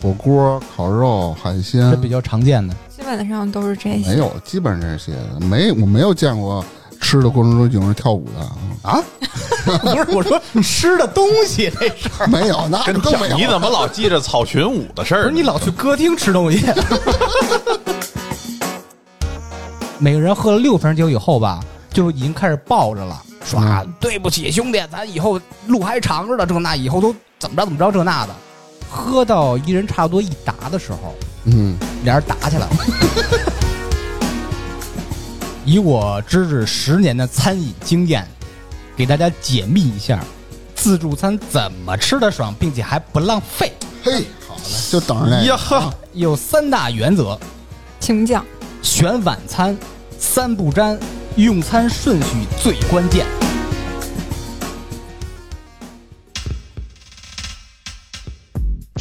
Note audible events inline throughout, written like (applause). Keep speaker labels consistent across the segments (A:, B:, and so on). A: 火锅、烤肉、海
B: 这
A: 鲜，
B: 比较常见的。
C: 基本上都是这
A: 没
C: 些。
A: 有，基本上这些没我没有见过吃的过程中有人跳舞的，
D: 啊，
B: (laughs) 不是我说吃的东西，这是
A: 嗯没有，那就更没有。
E: 你怎么老记着草裙舞的事
D: 不
E: 儿
D: 是
E: 呢？
D: 你老去歌厅吃东西，
B: 每个人喝了六瓶酒以后吧，就已经开始抱着了，说啊，对不起兄弟，咱以后路还长着呢，这那以后都怎么着怎么着这那的。喝到一人差不多一打的时候，
A: 嗯，
B: 俩人打起来了。 (laughs) 以我知识十年的餐饮经验，给大家解密一下，自助餐怎么吃的爽，并且还不浪费，
A: 嘿，好嘞，就等着
B: 哎
A: 那个。
E: 呀呵，
B: 有三大原则：
C: 请讲，
B: 选晚餐、三不沾、用餐顺序最关键。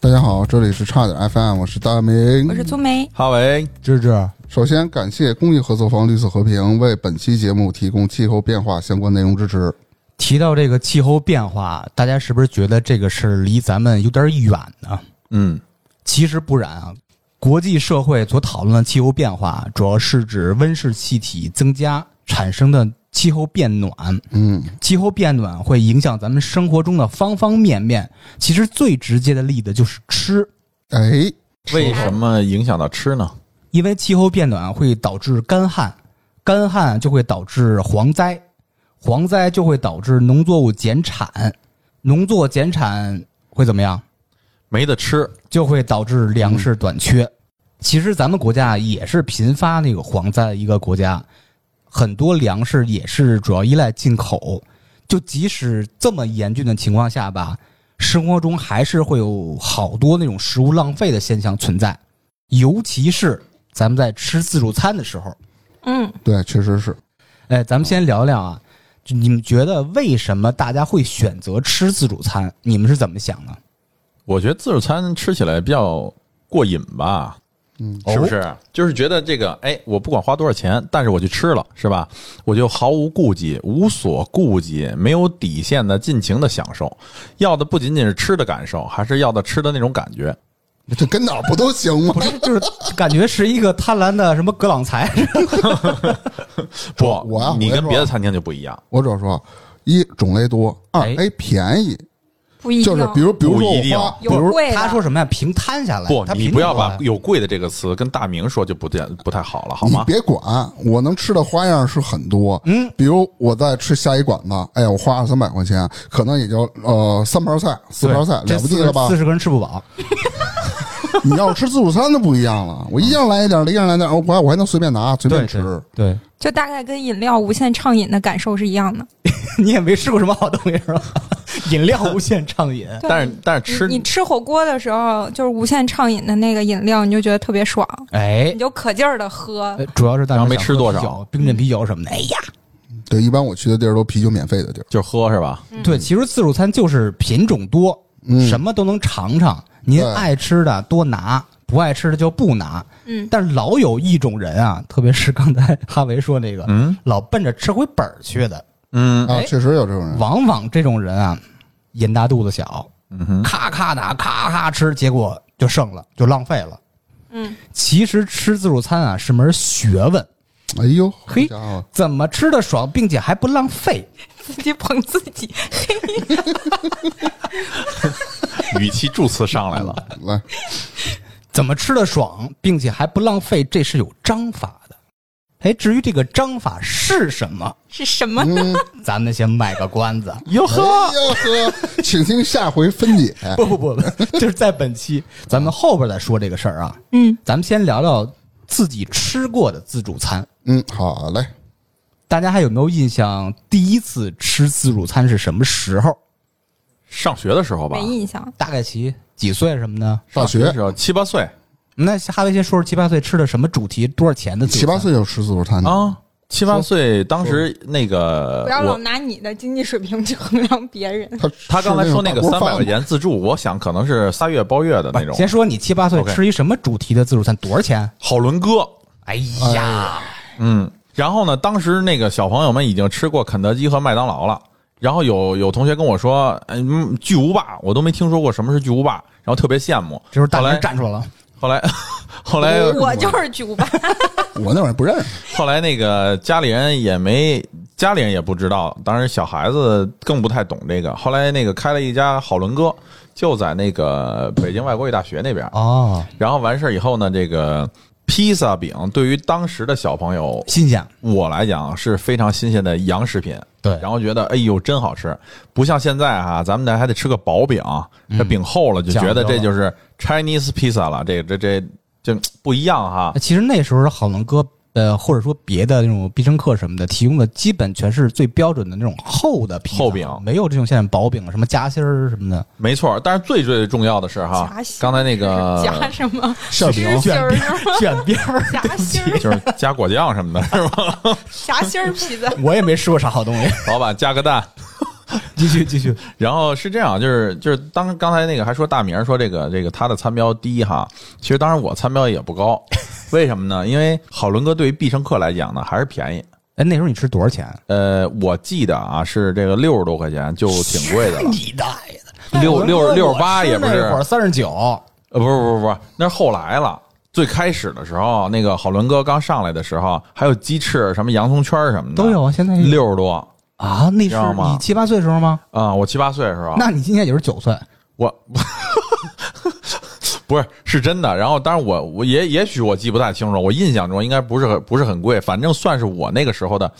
A: 大家好，这里是差点 FM，我是大明，
C: 我是粗梅。
E: 哈维，
B: 芝芝，
A: 首先感谢公益合作方绿色和平为本期节目提供气候变化相关内容支持。
B: 提到这个气候变化，大家是不是觉得这个事儿离咱们有点远呢？
E: 嗯，
B: 其实不然啊，国际社会所讨论的气候变化，主要是指温室气体增加产生的气候变暖。
A: 嗯，
B: 气候变暖会影响咱们生活中的方方面面。其实最直接的例子就是吃，
A: 哎，
E: 为什么影响到吃呢？
B: 因为气候变暖会导致干旱，干旱就会导致蝗灾，蝗灾就会导致农作物减产，农作减产会怎么样？
E: 没得吃，
B: 就会导致
E: 嗯
B: 粮食短缺。其实咱们国家也是频发那个蝗灾的一个国家，很多粮食也是主要依赖进口。就即使这么严峻的情况下吧，生活中还是会有好多那种食物浪费的现象存在，尤其是咱们在吃自助餐的时候。
C: 嗯，
A: 对，确实是。
B: 哎，咱们先聊聊啊，就你们觉得为什么大家会选择吃自助餐？你们是怎么想的？
E: 我觉得自助餐吃起来比较过瘾吧，
A: 嗯，
E: 是不是？就是觉得这个，哎，我不管花多少钱，但是我去吃了，是吧？我就毫无顾忌、无所顾忌、没有底线的尽情的享受。要的不仅仅是吃的感受，还是要的吃的那种感觉。
A: 这跟哪儿不都行吗？
B: 不是， (laughs) 就是感觉是一个贪婪的什么葛朗才
E: 不，
A: 我啊
E: 你
A: 我
E: 跟
A: 跟你
E: 别的
A: 说
E: 餐厅就不一样。
A: 我主要说，一种类多，二
B: 哎
A: 哎便宜，
C: 不一
A: 就
C: 样。
A: 是比如比如说
E: 不一定
A: 我
B: (laughs)
A: 花，比
C: 有
A: 如
C: 贵的，
B: 他说什么呀？平摊下来，
E: 不，
B: 他
E: 你
B: 平
E: 不要
B: 摊下
E: 把
B: 来
E: “有贵的”这个词跟大明说，就不见不太好了，好
A: 你
E: 吗？
A: 别管，我能吃的花样是很多。
B: 嗯，
A: 比如我在吃下一馆子，哎呀，我花了三百块钱，可能也就呃三盘菜、四盘菜，
B: 这
A: 了不地了吧
B: 四？十个人吃不饱，
A: (laughs) 你要是吃自助餐就不一样了，我一样来一点儿，一样来点儿，我还我还能随便拿，随便吃。
B: 对，
C: 就大概跟饮料无限畅饮的感受是一样的。
B: (laughs) 你也没吃过什么好东西是吧？ (laughs) 饮料无限畅饮，
C: 对
E: 但是但是
C: 你
E: 吃
C: 你吃火锅的时候，就是无限畅饮的那个饮料，你就觉得特别爽，
B: 哎
C: 你，就可劲儿的喝。
B: 呃主要是大
E: 然
B: 家
E: 后没吃多少
B: 冰镇啤酒什么的。哎呀，
A: 对，一般我去的地儿都啤酒免费的地儿。
E: 就是喝是吧？
C: 嗯
B: 对，其实自助餐就是品种多，
A: 嗯
B: 什么都能尝尝，您
A: 对
B: 爱吃的多拿。不爱吃的就不拿，
C: 嗯，
B: 但是老有一种人啊，特别是刚才哈维说那个，
E: 嗯
B: 老奔着吃回本儿去的，
E: 嗯
A: 啊，
B: 哎
A: 确实有这种人。
B: 往往这种人啊，眼大肚子小，
E: 嗯哼，
B: 咔咔打，咔咔吃，结果就剩了，就浪费了。
C: 嗯，
B: 其实吃自助餐啊是门学问，
A: 哎呦，
B: 嘿
A: 好家伙，
B: 怎么吃的爽，并且还不浪费。
C: 自己捧自己，
E: 语气助词上来了。
A: 来，
B: 怎么吃的爽，并且还不浪费，这是有章法的。哎，至于这个章法是什么，
C: 是什么？
A: 嗯，
B: 咱们先卖个关子。
E: 哟
A: 哎呦呵，请听下回分解。
B: 不不不，就是在本期，咱们后边再说这个事儿啊。
C: 嗯，
B: 咱们先聊聊自己吃过的自助餐。
A: 嗯，好嘞，
B: 大家还有没有印象？第一次吃自助餐是什么时候？
E: 上学的时候吧
C: 没，印象。
B: 大概其几岁什么的？
A: 上
E: 那
A: 学
E: 时候七八岁，
B: 那哈维先说说七八岁吃的什么主题，多少钱的自助
A: 七
B: 餐？
A: 八岁有吃自助餐的
E: 啊，七八岁当时那个
C: 不要老
E: 呃我。
C: 拿你的经济水平去衡量别人。
A: 他
E: 他刚才
A: 吃
E: 说那个
A: 大锅饭
E: 三百块
A: 嘛，
E: 钱自助，我想可能是仨月包月的那种。
B: 先说你七八岁
E: OK
B: 吃一什么主题的自助餐，多少钱？
E: 好伦哥，
B: 哎
A: 哎
B: 呀，
A: 呀
E: 嗯，然后呢，当时那个小朋友们已经吃过肯德基和麦当劳了。然后有有同学跟我说，嗯，巨无霸我都没听说过什么是巨无霸，然后特别羡慕。
B: 这时候大
E: 后来
B: 明站出来了，
E: 后来 (laughs) 后来
C: 我就是巨无霸，
A: 我那会儿也不认识，
E: 后来那个家里人也没，家里人也不知道，当时小孩子更不太懂这个。后来那个开了一家好伦哥，就在那个北京外国语大学那边。
B: 哦，
E: 然后完事儿以后呢，这个披萨饼对于当时的小朋友
B: 新鲜，
E: 我来讲是非常新鲜的洋食品，
B: 对
E: 然后觉得哎呦真好吃，不像现在哈、咱们得还得吃个薄饼，这饼厚了就觉
B: 嗯讲究
E: 得
B: 了
E: 这就是 Chinese pizza 了，这这这这不一样哈、
B: 其实那时候好能哥，呃，或者说别的那种必胜客什么的，提供的基本全是最标准的那种厚的披萨
E: 厚饼
B: 没有这种现在薄饼什么夹心儿什么的。
E: 没错，但是最最重要的是哈
C: 夹，心
E: 刚才那
C: (laughs)
E: 个
C: 夹什么
A: 馅
C: 芝
A: 饼
C: 心儿是
B: (laughs) (laughs)
C: 吗？
B: 卷边儿
C: 夹心儿，
E: 呃 (laughs) 就是加果酱什么
C: (laughs)
E: 的，是吧？
C: 夹心儿披萨。
B: 我也没吃过啥好东西。
E: 老板加个蛋，
B: (laughs) 继续继续，
E: 然后是这样，就是就是当刚才那个还说大明儿说这个这个他的餐标低哈，其实当然我餐标也
C: (laughs)
E: 不高，为什么呢？因为好伦哥对于必胜客来讲呢还是便宜，
B: 哎，那时候你吃多少钱？
E: 呃，我记得啊，是这个六十多块钱就哦挺贵的了，
B: 你大爷的啊
E: 六六六十八也不是，
B: 那会儿三十九。
E: 呃，不是不是不是，那是后来了。最开始的时候，那个好伦哥刚上来的时候，还有鸡翅、什么洋葱圈儿什么的
B: 都有啊现在也有
E: 六十多
B: 啊，那
E: 知
B: 是
E: 道吗
B: 你七八岁的时候吗？
E: 啊、我七八岁的时候，
B: 那你今年也是九岁，
E: 我不是是真的。然后，当然我我也也许我记不太清楚，我印象中应该不是很不是很贵，反正算是我那个时候的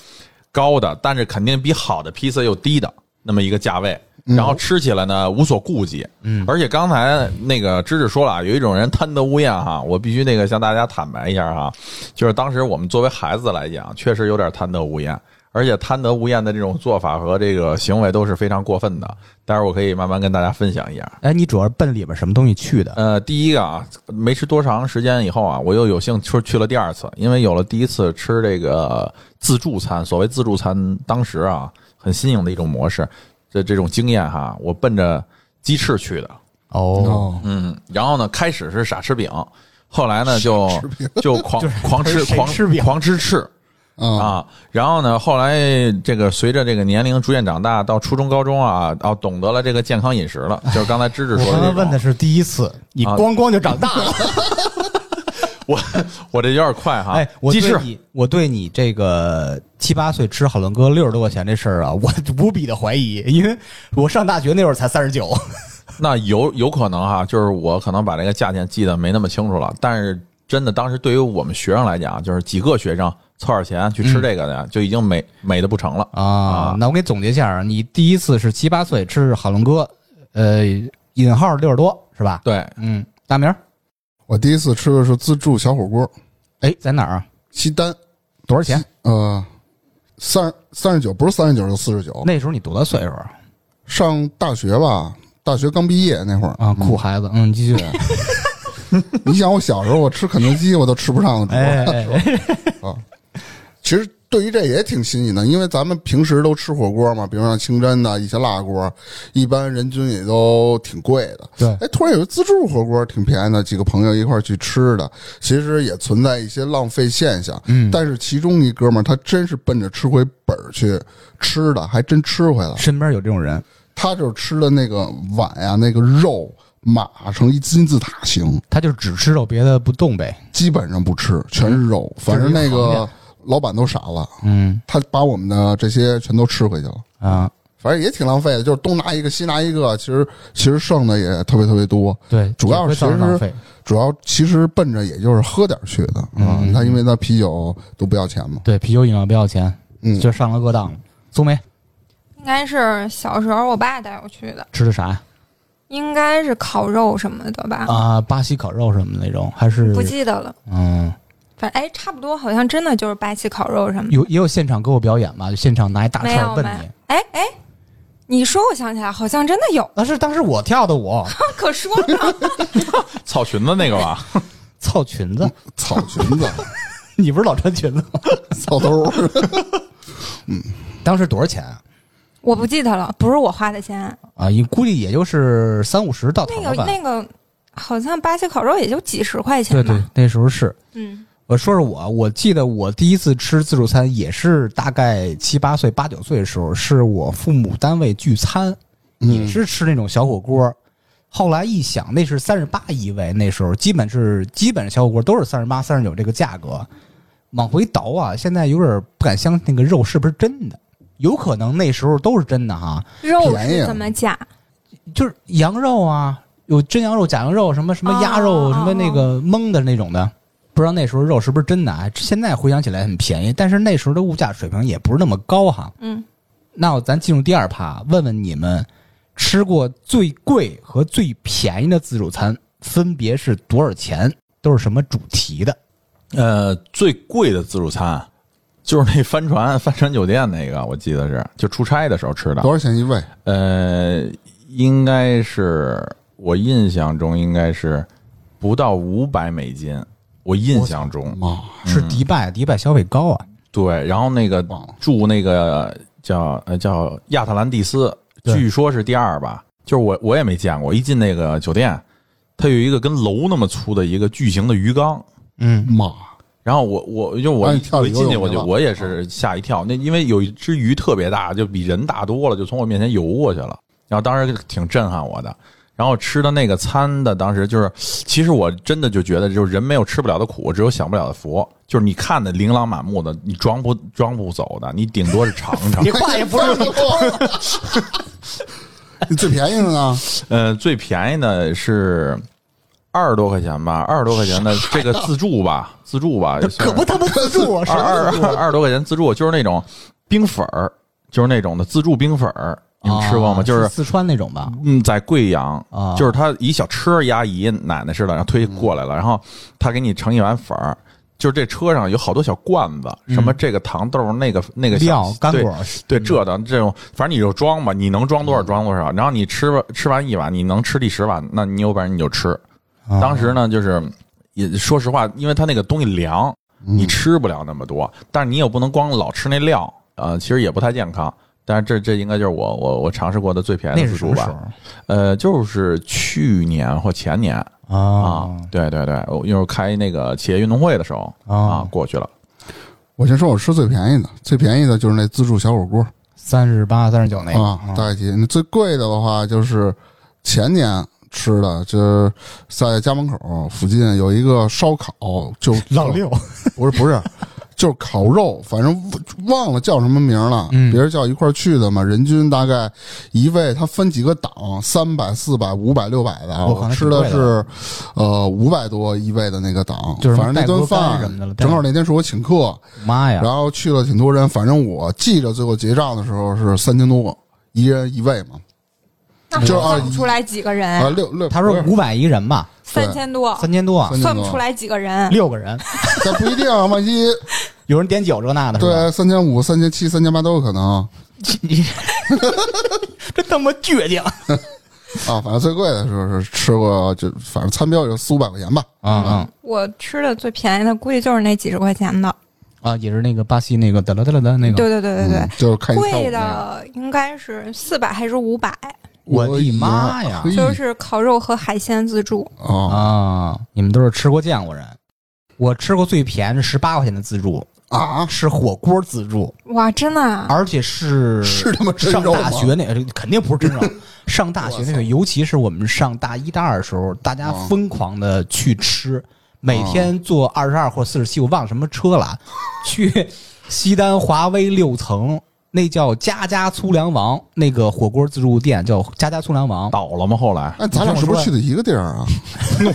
E: 高的，但是肯定比好的披萨又低的那么一个价位。然后吃起来呢无所顾忌，嗯，而且刚才那个芝芝说了啊，有一种人贪得无厌哈，我必须那个向大家坦白一下哈，就是当时我们作为孩子来讲，确实有点贪得无厌，而且贪得无厌的这种做法和这个行为都是非常过分的。待会儿我可以慢慢跟大家分享一下。
B: 哎，你主要是奔里边什么东西去的？
E: 呃，第一个啊，没吃多长时间以后啊，我又有幸去去了第二次，因为有了第一次吃这个自助餐，所谓自助餐，当时啊很新颖的一种模式，这这种经验哈，我奔着鸡翅去的，
B: 哦，
A: 哦，
E: 嗯，然后呢，开始是傻吃饼，后来呢就
A: 傻吃饼
E: 就狂狂吃
B: 谁
E: 狂
B: 吃饼
E: 狂吃翅，
A: 啊，
E: 啊，然后呢，后来这个随着这个年龄逐渐长大，到初中、高中啊，哦，懂得了这个健康饮食了，就是刚才芝芝
B: 我
E: 说
B: 刚
E: 的
B: 才
E: 这
B: 问的
E: 种。
B: 是第一次，你
E: 啊
B: 咣咣就长大了。
E: 我 (laughs) 我这有点快哈，
B: (laughs) 哎，我
E: 鸡翅
B: 对你，我对你这个七八岁吃好伦哥六十多块钱这事儿啊，我无比的怀疑，因为我上大学那会儿才三十九。
E: 那有有可能哈，就是我可能把这个价钱记得没那么清楚了，但是真的当时对于我们学生来讲，啊就是几个学生凑点钱去吃这个的，就已经美美的不成了。
B: 啊，那我给你总结一下啊，你第一次是七八岁吃好伦哥，呃，引号六十多是吧？
E: 对，
B: 嗯，大明儿，
A: 我第一次吃的是自助小火锅，
B: 哎，在哪儿啊？
A: 西单，
B: 多少钱？
A: 呃，三三十九，不是三十九就四十九，
B: 那时候你多大岁数啊？
A: 上大学吧，大学刚毕业那会儿
B: 啊，酷孩子，嗯，你继续。
A: 你想我小时候我吃肯德基我都吃不上的主，
B: (laughs) 哎，
A: 其实对于这也挺新颖的，因为咱们平时都吃火锅嘛，比如像清真的一些辣锅，一般人均也都挺贵的。
B: 对，
A: 哎，突然有个自助火锅挺便宜的，几个朋友一块儿去吃的，其实也存在一些浪费现象。嗯，但是其中一哥们儿他真是奔着吃回本儿去吃的，还真吃回来了。
B: (laughs) 身边有这种人，
A: 他就是吃的那个碗呀、那个肉码成一金字塔形，
B: 他就只吃肉，别的不动呗。
A: 基本上不吃，全是肉。反正那
B: 就是
A: 个
B: 一行
A: 老板都傻了，
B: 嗯
A: 他把我们的这些全都吃回去了。
B: 啊，
A: 反正也挺浪费的，就是东拿一个西拿一个，其实其实剩的也特别特别多。
B: 对，
A: 主要
B: 也会
A: 是
B: 造成
A: 其实
B: 浪费。
A: 主要其实奔着也就是喝点儿去的啊，你看，因为那啤酒都不要钱嘛。
B: 对，啤酒饮料不要钱，
A: 嗯
B: 就上了恶当了。苏梅
C: 应该是小时候我爸带我去的，
B: 吃的啥呀？
C: 应该是烤肉什么的吧，
B: 啊，巴西烤肉什么的那种，还是
C: 不记得了。
B: 嗯，
C: 反正哎，差不多，好像真的就是巴西烤肉什么的。
B: 有也有现场给我表演嘛，就现场拿一大
C: 没
B: 串儿
C: 有
B: 问
C: 没有
B: 你。
C: 哎哎，你说我想起来，好像真的
B: 啊
C: 有，啊 (laughs)
B: 那是当时我跳的舞， (laughs)
C: 可说呢。
E: 草裙子那个吧，
B: 操裙 (laughs) 子，
A: 草裙子、
B: 你不是老穿裙子吗？
A: 草兜儿，嗯
B: 当时多少钱啊？
C: 我不记得了，不是我花的钱。
B: 啊，你估计也就是三五十到头
C: 那
B: 吧。
C: 个那个，好像巴西烤肉也就几十块钱
B: 对
C: 吧。
B: 对，那时候是。
C: 嗯，
B: 我说说我，我记得我第一次吃自助餐也是大概七八岁、八九岁的时候，是我父母单位聚餐，
A: 嗯
B: 也是吃那种小火锅。后来一想，那是三十八一位，那时候基本是基本上小火锅都是三十八、三十九这个价格。往回倒啊，现在有点不敢相信那个肉是不是真的，有可能那时候都是真的哈，
C: 肉
A: 便宜啊
C: 是怎么假？
B: 就是羊肉啊，有真羊肉、假羊肉，什么什么鸭肉，
C: 哦
B: 什么那个蒙的那种的，不知道那时候肉是不是真的啊？现在回想起来很便宜，但是那时候的物价水平也不是那么高哈。
C: 嗯，
B: 那咱进入第二趴，问问你们吃过最贵和最便宜的自助餐分别是多少钱？都是什么主题的？
E: (laughs) 呃，最贵的自助餐 (laughs) 就是那帆船帆船酒店那个，我记得是就出差的时候吃的
A: 多。少钱一位？
E: 呃，应该是我印象中应该是不到五百美金，我印象中
A: 妈，
B: 是迪拜，迪拜消费高啊。
E: 对。然后那个
A: 忘了
E: 住那个叫呃叫亚特兰蒂斯，
B: 对
E: 据说是第二吧，就是我我也没见过。一进那个酒店，它有一个跟楼那么粗的一个巨型的鱼缸，
B: 嗯，
A: 妈，
E: 然后我我就我
A: 让你
E: 一
A: 跳
E: 我
A: 里
E: 一
A: 游
E: 进去
A: 泳
E: 我
A: 去
E: 就
A: 了
E: 我也是吓一跳，那因为有一只鱼特别大，就比人大多了，就从我面前游过去了。然后当时挺震撼我的。然后吃的那个餐的，当时就是，其实我真的就觉得，就是人没有吃不了的苦，只有享不了的福。就是你看的琳琅满目的，你装不装不走的，你顶多是尝
B: (laughs)
E: 尝。
A: 话也不是 (laughs) 你最便宜的呢？
E: 呃，最便宜的是二十多块钱吧，二十多块钱的这个自助吧，自助吧，也
B: (laughs)
E: 算
B: 可
E: 是
B: 不他妈自助啊，
E: 二二二二十多块钱自助，就是那种冰粉儿，就是那种的自助冰粉儿， (laughs) 你们吃过吗？
B: 啊
E: 就是
B: 四川那种吧。
E: 嗯，在贵阳
B: 啊，嗯
E: 就是他一小车阿姨奶奶似的，然后推过来了，然后他给你盛一碗粉儿。就是这车上有好多小罐子，什么这个糖豆，那个那个小
B: 嗯料干
E: 对
B: 果
E: 对这的这种，反正你就装吧，你能装
B: 嗯
E: 多少装多少。然后你吃吃完一碗，你能吃第十碗，那你有本事你就吃。
B: 啊
E: 当时呢，就是也说实话，因为它那个东西凉，
B: 嗯
E: 你吃不了那么多，但是你也不能光老吃那料，呃，其实也不太健康。但是这这应该就是我我我尝试过的最便宜
B: 那
E: 的
B: 是
E: 自
B: 什
E: 助
B: 么时
E: 吧？
B: 候
E: 呃，就是去年或前年啊，对对对，我因为我开那个企业运动会的时候啊
B: 啊？
E: 过去了，
A: 我先说，我吃最便宜的，最便宜的就是那自助小火锅
B: 三十八、三十九那个
A: 啊，大概几。那最贵的的话，就是前年吃的，就是在家门口附近有一个烧烤，就
B: 老六，
A: 不是不
B: (laughs)
A: 是，就是烤肉，反正忘了叫什么名了。
B: 嗯
A: 别人叫一块儿去的嘛，人均大概一位，他分几个档，三百、四百、五百、六百的啊。
B: 我靠
A: 我
B: 那
A: 吃
B: 挺
A: 的
B: 贵的
A: 是，呃，五百多一位的那个档，
B: 就是
A: 反正那顿
B: 带锅干
A: 饭
B: 什么的了
A: 正好那天是我请客，
B: 妈呀！
A: 然后去了挺多人，反正我记着最后结账的时候是三千多，一人一位嘛，
C: 那
A: 就
B: 哦
C: 我
A: 二
C: 算不出来几个
A: 啊
C: 人，
A: 六六，
B: 哎他说
A: 不
B: 五百一人吧，
C: 三千多，
B: 三千多啊，
A: 三千
C: 算不
A: 多
C: 出来几个人。
B: 六个人，
A: 是， (laughs) 但不一定啊，万一
B: 有人点酒这那的，是 (laughs) 吧
A: 对三千五、三千七、三千八都有可能。
B: (laughs) 这他妈倔强
A: 啊，反正最贵的时候是吃过，就反正餐标就四五百块钱吧。
B: 啊
C: 我吃的最便宜的估计就是那几十块钱的。
B: 啊！也是那个巴西那个哒啦哒啦哒那个，
C: 对对对对对
A: 嗯，，就是看你跳舞那个。
C: 贵的应该是四百还是五百，
B: 我
A: 我
B: 的
A: 以为
B: 妈呀
A: 可以
C: 就是烤肉和海鲜自助。
A: 啊
B: 啊！你们都是吃过见过人，我吃过最便宜十八块钱的自助，
A: 啊，
B: 是火锅自助，
C: 哇，真的啊！
B: 而且是
A: 是他妈真
B: 上
A: 肉吗
B: 大学那肯定不是
A: (laughs)
B: 真肉。上大学那个，尤其是我们上大一、大二的时候，大家
A: 嗯
B: 疯狂的去
A: 啊
B: 吃，每天坐二十二或四十七，我忘了什么车
A: (laughs)
B: 了，去西单华威六层，那叫家家粗粮王，那个火锅自助店叫家家粗粮
A: (laughs)
B: 王。
E: 倒了吗？
B: (laughs)
E: 后来
A: 哎，咱俩是不是去的一个地儿啊？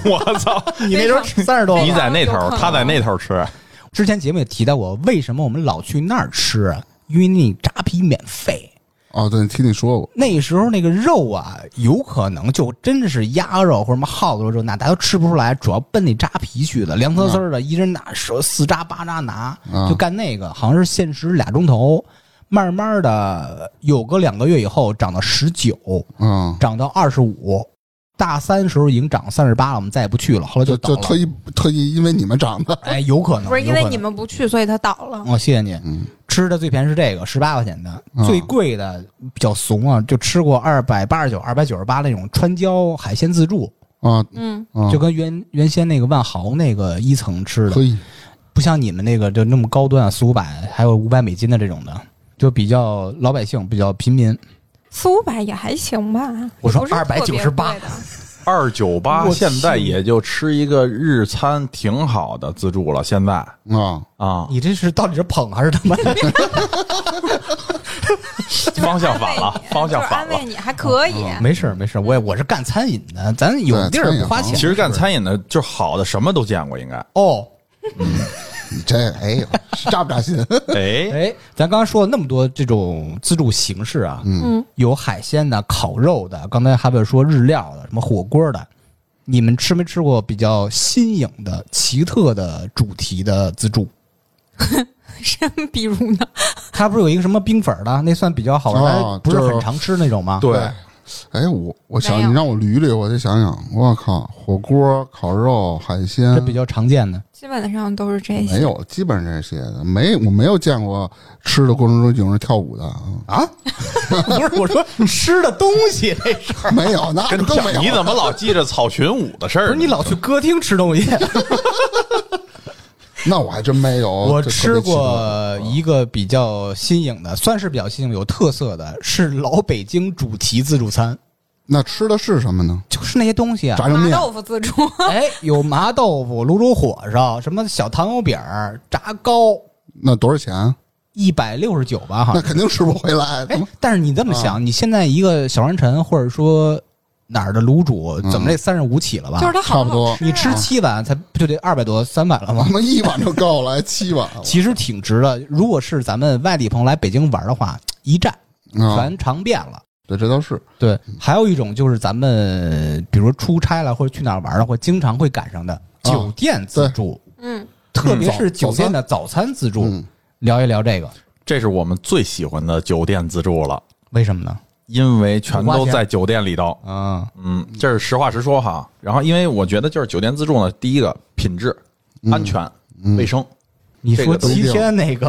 E: 我操，
B: 你那时候三十多
E: 你
B: 了，
E: 在那头
C: 有可，能
E: 他在那头吃，
B: (laughs) 之前节目也提到过，为什么我们老去那儿吃啊？因为那扎啤免费。
A: 哦，对，听你说过，
B: 那时候那个肉啊，有可能就真是鸭肉或者什么耗子肉，那大家都吃不出来，主要奔那扎啤去的，凉丝丝儿的，一人拿手四扎八扎拿，
A: 嗯
B: 就干那个，好像是限时俩钟头。慢慢的，有个两个月以后涨到十九，
A: 嗯
B: 涨到二十五，大三时候已经涨三十八了，我们再也不去了，后来
A: 就
B: 倒
A: 就
B: 了。
A: 特意特意因为你们涨的，
B: 哎，有可能
C: 不是因为你。
B: 有可能
C: 们不去，所以它倒了。
B: 哦，谢谢你。
A: 嗯
B: 吃的最便宜是这个，十八块钱的，
A: 嗯
B: 最贵的比较怂啊，就吃过二百八十九、二百九十八那种川椒海鲜自助，
A: 啊
C: 嗯，
A: 啊，
B: 就跟原原先那个万豪那个一层吃的
A: 可，以
B: 不像你们那个就那么高端啊，四五百还有五百美金的这种的，就比较老百姓，比较平民。
C: 四五百也还行吧。
B: 我说
C: 不是特别贵
B: 298
C: 的
E: 二九八
B: 我
E: 现在也就吃一个日餐挺好的自助了，现在
A: 啊，
E: 啊，
B: 你这是到底是捧还是 (laughs) 他妈？
E: 方向反了
C: 安慰你，
E: 方向
C: 就是
E: 反
C: 安
E: 了
C: 慰。你还可以。 (laughs)
B: 没事儿没事儿，我也我是干餐饮的，咱有
A: 对
B: 地儿
A: 餐饮
B: 不花
A: 行
B: 钱。
E: 其实干餐饮的就好的什么都见过，应该。
B: 哦，
A: 你这哎呦，扎不扎心？
E: 哎，
B: 哎，咱刚才说了那么多这种自助形式啊，
C: 嗯，
B: 有海鲜的、烤肉的，刚才还有说日料的、什么火锅的，你们吃没吃过比较新颖的、奇特的主题的自助？
C: 是比如呢？
B: 它不是有一个什么冰粉儿的，那算比较好玩，
A: 哦
B: 但是
A: 就
B: 不
A: 是
B: 是很常吃那种吗？
E: 对，
A: 哎，我我
C: 没
A: 想
C: 有
A: 你让我捋捋，我得想想，我靠，火锅、烤肉、海鲜
B: 这，比较常见的。
C: 基本上都是这些。
A: 没有，基本上这些的，没我没有见过吃的过程中有人跳舞的啊， (laughs)
B: (laughs) 不是我说吃的东西 (laughs) 这事儿，
A: 没有，那
E: 跟
A: 就更没有。
E: 你怎么老记着草裙舞的事
B: 不
E: 儿
B: 是
E: 呢？
B: 你老去歌厅吃 (laughs) 东西。
A: 那我还真没有，
B: 我
A: 哦这特
B: 吃
A: 别奇怪哦
B: 过一个比较新颖的，算是比较新颖有特色的，是老北京主题自助餐，
A: 那吃的是什么呢？
B: 就是那些东西啊，
A: 炸酱
C: 麻
A: 面，
C: 豆腐自助，
B: 哎，有麻豆腐、卤煮火烧，什么小糖油饼儿、炸糕，
A: 那多少钱？
B: 一百六十九吧，好
A: 那嗯啊
B: 像。
A: 肯定吃不回
C: (laughs)
A: 来。他
B: 哎
A: 妈，
B: 但是你这么想，你现在一个小软陈，或者说哪儿的卤煮，
A: 嗯
B: 怎么这三十五起了吧？
C: 就是它好
A: 差不多
C: 好
B: 你吃
C: 啊
B: 七碗才不就得二百多、三百了
A: 我
B: 吗？ (laughs)
A: 们一碗就够了，还七碗
B: 其实挺值的。如果是咱们外地朋友来北京玩的话，一站
A: 啊！
B: 全尝遍了。
A: 对，这倒是
B: 对，还有一种就是咱们比如说出差了或者去哪儿玩了，或者经常会赶上的酒店自助，
C: 嗯，
B: 特别是
A: 早
B: 酒店的早餐自助。
A: 嗯，
B: 聊一聊这个，
E: 这是我们最喜欢的酒店自助了，
B: 为什么呢？
E: 因为全
B: 不花
E: 都
B: 钱
E: 在酒店里头。
B: 啊，
E: 嗯，这是实话实说哈。然后，因为我觉得就是酒店自助呢，第一个品质、
B: 嗯
A: 嗯
E: 安全、卫生。
B: 你
E: 这
B: 说
E: 个不
A: 一
B: 七
A: 定
B: 天那个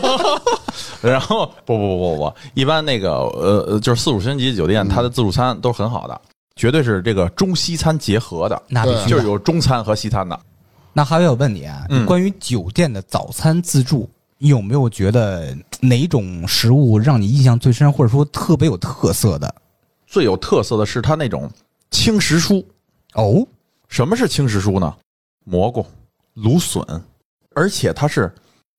E: (laughs) 然后不不不不不，一般那个呃呃就是四五星级酒店，它的自助餐都是很好的，绝对是这个中西餐结合的，
B: 那必须的
E: 就是有中餐和西餐的。
B: 那还有我问你啊，
E: 嗯
B: 关于酒店的早餐自助，你有没有觉得哪种食物让你印象最深，或者说特别有特色的？
E: 最有特色的是它那种轻食蔬。
B: 哦，
E: 什么是轻食蔬呢？蘑菇、芦笋，而且它是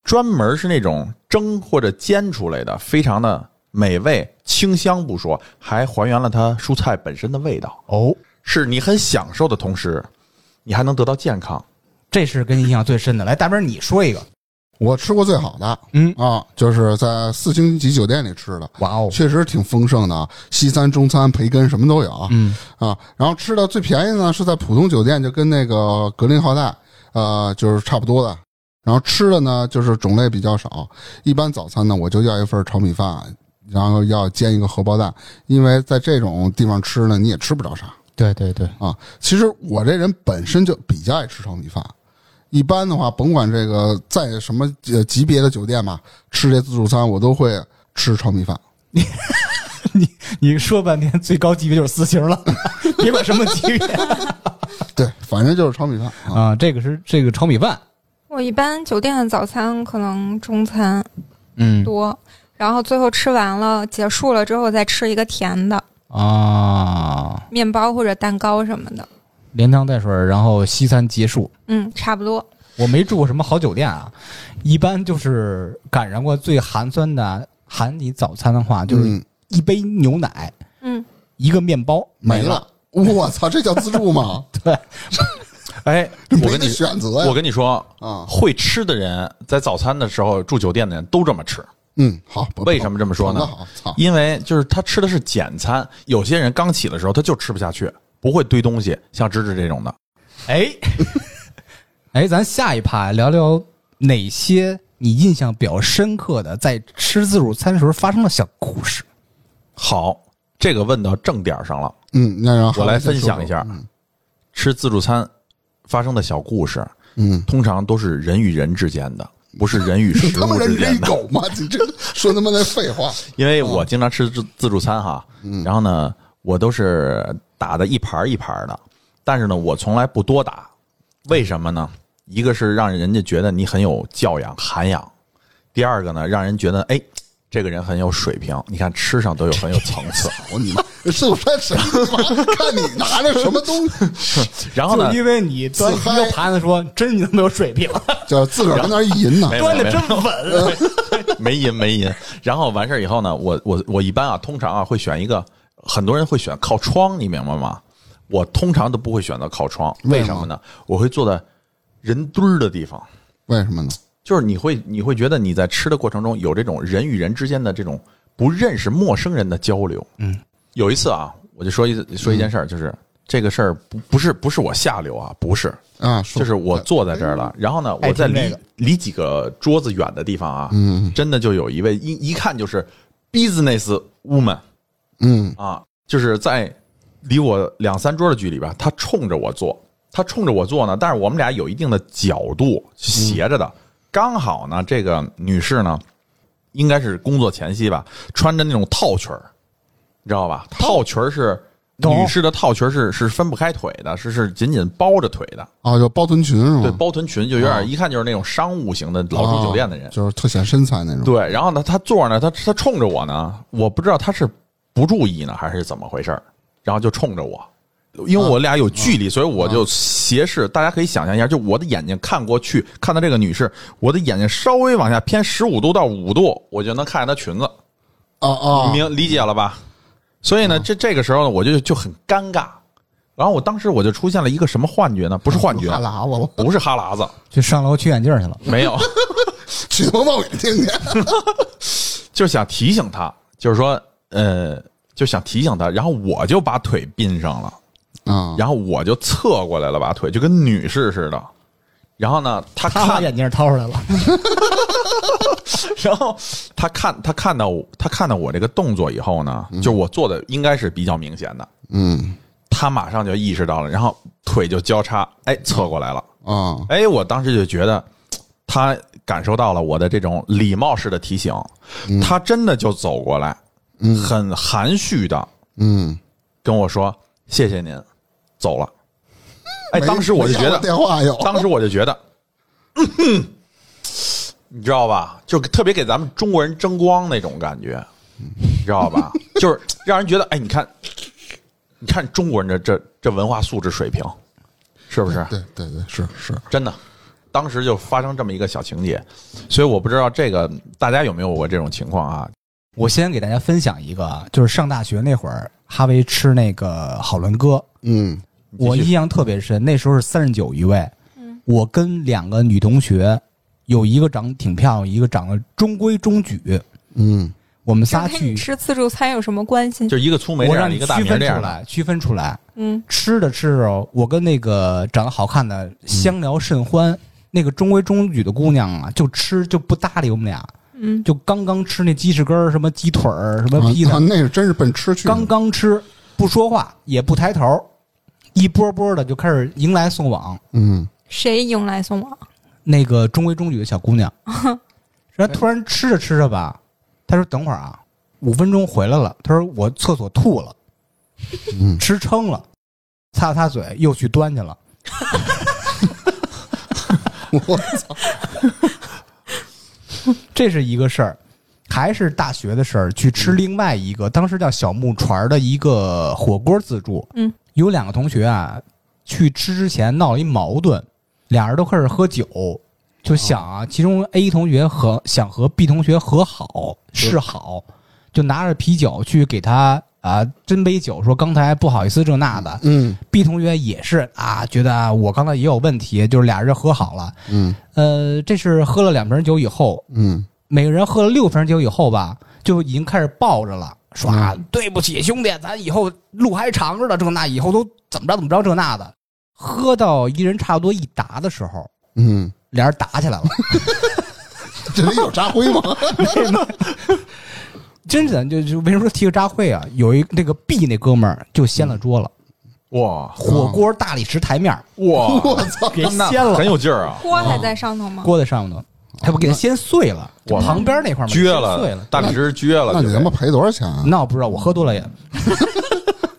E: 专门是那种蒸或者煎出来的，非常的美味清香不说，还还原了它蔬菜本身的味道，
B: 哦，
E: 是你很享受的同时，你还能得到健康。
B: 这是跟你印象最深的。来，大斌，你说一个。
A: 我吃过最好的
B: 嗯，
A: 啊，就是在四星级酒店里吃的，
B: 哇哦，
A: 确实挺丰盛的啊，西餐、中餐、培根什么都有啊。
B: 嗯，
A: 啊，然后吃的最便宜呢是在普通酒店，就跟那个格林豪泰，呃，就是差不多的。然后吃的呢就是种类比较少，一般早餐呢我就要一份炒米饭，然后要煎一个荷包蛋，因为在这种地方吃呢你也吃不着啥
B: 对对对，
A: 啊。其实我这人本身就比较爱吃炒米饭。一般的话，甭管这个在什么呃级别的酒店吧，吃这自助餐我都会吃炒米饭。
B: 你说半天最高级别就是私 (laughs) 刑了，别管什么级别
A: 对，反正就是炒米饭啊。
B: 啊。这个是这个炒米饭，
C: 我一般酒店的早餐可能中餐
B: 嗯
C: 多，然后最后吃完了结束了之后再吃一个甜的
B: 啊，
C: 面包或者蛋糕什么的，
B: 连汤带水，然后西餐结束。
C: 嗯，差不多。
B: 我没住过什么好酒店啊，一般就是赶上过最寒酸的喊你早餐的话，就是
A: 嗯
B: 一杯牛奶，
C: 嗯，
B: 一个面包
A: 没
B: 了。
A: 了。我操，这叫自助吗？
E: 哎， (laughs) 我
A: 没
E: 跟
A: 得
E: 你
A: 选择
E: 我
A: 呀。
E: 跟你说，
A: 哎啊，
E: 会吃的人在早餐的时候住酒店的人都这么吃，
A: 嗯，好。不
E: 为什么这么说呢
A: 捧得好，操，
E: 因为就是他吃的是简餐，有些人刚起的时候他就吃不下去，不会堆东西，像芝芝这种的。
B: 哎， (laughs) 哎，咱下一趴聊聊哪些你印象比较深刻的在吃自助餐时候发生的小故事。
E: 好，这个问到正点儿上了，
A: 嗯，那让
E: 我
A: 哈
E: 来
A: 维先
E: 分
A: 说
E: 享
A: 说嗯
E: 一，下吃自助餐发生的小故事，
A: 嗯，
E: 通常都是人与人之间的，不是
A: (laughs)
E: 人与食
A: 他妈
E: 物
A: 人
E: 之
A: 这一
E: 间的。
A: 狗吗？你这说他妈的废
E: (laughs)
A: 话，
E: 因为我经常吃自自助餐哈，
B: 嗯
E: 然后呢，我都是打的一盘儿一盘儿的，但是呢，我从来不多打，为什么呢？一个是让人家觉得你很有教养涵养，第二个呢，让人觉得哎，这个人很有水平。你看吃上都有很有层
B: (laughs)
E: 次，
A: 我你妈自助餐谁他妈看你拿着什么东西，
E: 然后呢
B: 就，因为你端一
A: 自嗨
B: 个盘子说，真你他妈有水
E: (laughs)
B: 平，
A: 叫自个儿跟那儿意淫呢
E: 没，有
B: 端的
E: 没有
B: 真稳。
E: (laughs) 没音没音。然后完事儿以后呢，我我我一般啊，通常啊会选一个，很多人会选靠窗，你明白吗？我通常都不会选择靠窗，
A: 为
E: 为
A: 什
E: 什
A: 么
E: 么呢？我会坐在人堆儿的地方，
A: 为什么呢？
E: 就是你会你会觉得你在吃的过程中有这种人与人之间的这种不认识陌生人的交流。
B: 嗯，
E: 有一次啊，我就说一说一件事儿，就是这个事儿不不是不是我下流啊，不是，
A: 啊，说
E: 就是我坐在这儿了，然后呢，
B: 爱
E: 我在
B: 哎听这
E: 离
B: 个嗯
E: 离几个桌子远的地方啊，真的就有一位一一看就是 business woman
A: 嗯
E: 啊，就是在离我两三桌的距离吧，她冲着我坐，她冲着我坐呢，但是我们俩有一定的角度斜着的，
B: 嗯
E: 刚好呢，这个女士呢，应该是工作前夕吧，穿着那种套裙儿，你知道吧？套裙儿是。
B: 懂
E: 女士的套裙儿是是分不开腿的，是是紧紧包着腿的。
A: 啊，叫包臀裙是吗？
E: 对，包臀裙就有点、
A: 啊
E: 一看就是那种商务型的老住酒店的人。
A: 啊就是特显身材那种。，
E: 对，然后呢，他坐那，他他冲着我呢，我不知道他是不注意呢还是怎么回事儿然后就冲着我，因为我俩有距离，所以我就斜视。大家可以想象一下，就我的眼睛看过去，看到这个女士，我的眼睛稍微往下偏十五度到五度，我就能看见她裙子，
A: 啊啊，
E: 明理解了吧？所以呢，这这个时候呢，我就就很尴尬。然后我当时我就出现了一个什么幻觉呢？不是幻觉，
A: 哈喇子了，
E: 不是哈喇子，
B: 就上楼取眼镜去了，
E: 没有。
A: 举他妈望远镜去。
E: 就是想提醒他，就是说，呃，就想提醒他，然后我就把腿并上了，
A: 啊，
E: 然后我就侧过来了，把腿就跟女士似的。然后呢，他
B: 他把
E: 看，
B: 眼镜掏出来了，
E: (laughs) 然后 (laughs) 他看，他看到我，他看到我这个动作以后呢，就我做的应该是比较明显的，
A: 嗯
E: 他马上就意识到了，然后腿就交叉，哎，侧过来了，
A: 啊，
E: 哎，我当时就觉得他感受到了我的这种礼貌式的提醒，他真的就走过来，很含蓄的
A: 嗯，
E: 跟我说谢谢您，走了。哎，
A: 没
E: 当时我就觉
A: 没要电
E: 得，
A: 话有，
E: 当时我就觉得，嗯你知道吧？就特别给咱们中国人争光那种感觉，你知道吧？就是让人觉得，哎，你看，你看中国人的这这文化素质水平，是不是？
A: 对对对，是是，
E: 真的，当时就发生这么一个小情节，所以我不知道这个大家有没有过这种情况啊？
B: 我先给大家分享一个啊，就是上大学那会儿，哈维吃那个好伦哥，
A: 嗯
B: 我
E: 继续嗯
B: 印象特别深，那时候是三十九一位，我跟两个女同学，有一个长得挺漂亮，一个长得中规中矩，
A: 嗯
B: 我们
C: 这
B: 仨
C: 跟
B: 去，
C: 你吃自助餐有什么关系？
E: 就一个粗眉这
B: 我让
E: 样，一
B: 你
E: 个大
B: 区
E: 名
B: 分
E: 这
B: 出
E: 样的，
B: 来，区分出来。
C: 嗯，
B: 吃着吃着，我跟那个长得好看的
A: 嗯
B: 相聊甚欢，那个中规中矩的姑娘啊，就吃就不搭理我们俩，
C: 嗯，
B: 就刚刚吃那鸡翅根儿、什么鸡腿儿、什
A: 啊
B: 么披萨，
A: 啊那是真是奔吃去的，
B: 刚刚吃，不说话，也不抬头，一波波的就开始迎来送往。
A: 嗯
C: 谁迎来送往？
B: 那个中规中矩的小姑
A: (laughs)
B: 娘，然后突然吃着吃着吧，她说：“等会儿啊，五分钟回来了。”她说：“我厕所吐了，
A: 嗯
B: 吃撑了，擦了擦嘴，又去端去了。
A: (laughs) 我”
B: 这是一个事儿，还是大学的事儿，去吃另外一个，当时叫小木船儿的一个火锅自助。
C: 嗯，
B: 有两个同学啊，去吃之前闹了一矛盾，俩人都开始喝酒，就想啊，其中 A 同学和想和 B 同学和好示好，就拿着啤酒去给他啊斟杯酒，说刚才不好意思这那的。
A: 嗯
B: B 同学也是啊，觉得啊我刚才也有问题，就是俩人和好了。
A: 嗯
B: 呃，这是喝了两瓶酒以后，
A: 嗯
B: 每个人喝了六瓶酒以后吧，就已经开始抱着了，
E: 嗯
B: 说啊，对不起兄弟，咱以后路还长着呢，这那以后都怎么着怎么着这那的。喝到一人差不多一打的时候，
A: 嗯，
B: 俩
E: (laughs)
B: 人打起来了。
A: (laughs) 这里有扎灰吗？
B: 真的就就为什么说提个扎会啊？有一那个 B 那哥们儿就掀了桌了，
E: 嗯哇
B: 火锅大理石台面儿
E: 哇，
A: 我
E: (laughs)
A: 操！
B: 给
E: 那
B: 掀了
E: 很，有劲儿啊，
C: 锅还在上头吗？
B: 锅在上头，他不给它掀碎了，
E: 哇
B: 旁边那块儿嘛
E: 嗯撅
B: 掀碎
E: 了
B: 了，。
E: 大理石撅了，
A: 那你
E: 就
A: 他妈赔多少钱啊？
B: 那我不知道，我喝多了也
E: 嗯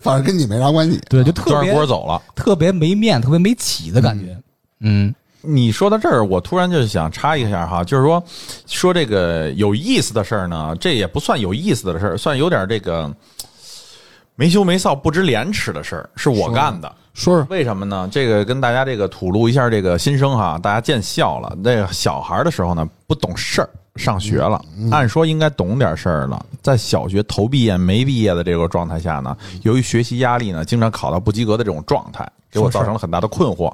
A: 反正跟你没啥关系。
B: 对，就
E: 就
B: 特
E: 让
B: 别
E: 锅走了。
B: 特别没面，特别没起的感觉。嗯
E: 你说到这儿，我突然就想插一下哈，就是说说这个有意思的事儿呢，这也不算有意思的事儿，算有点这个没羞没臊、不知廉耻的事儿，是我干的。
A: 说说，
E: 为什么呢？这个跟大家这个吐露一下这个心声哈，大家见笑了。那个小孩的时候呢，不懂事儿，上学了，
B: 嗯
E: 按说应该懂点事儿了。在小学头毕业没毕业的这个状态下呢，
B: 嗯
E: 由于学习压力呢，经常考到不及格的这种状态，给我
B: 说事儿嗯
E: 造成了很大的困惑。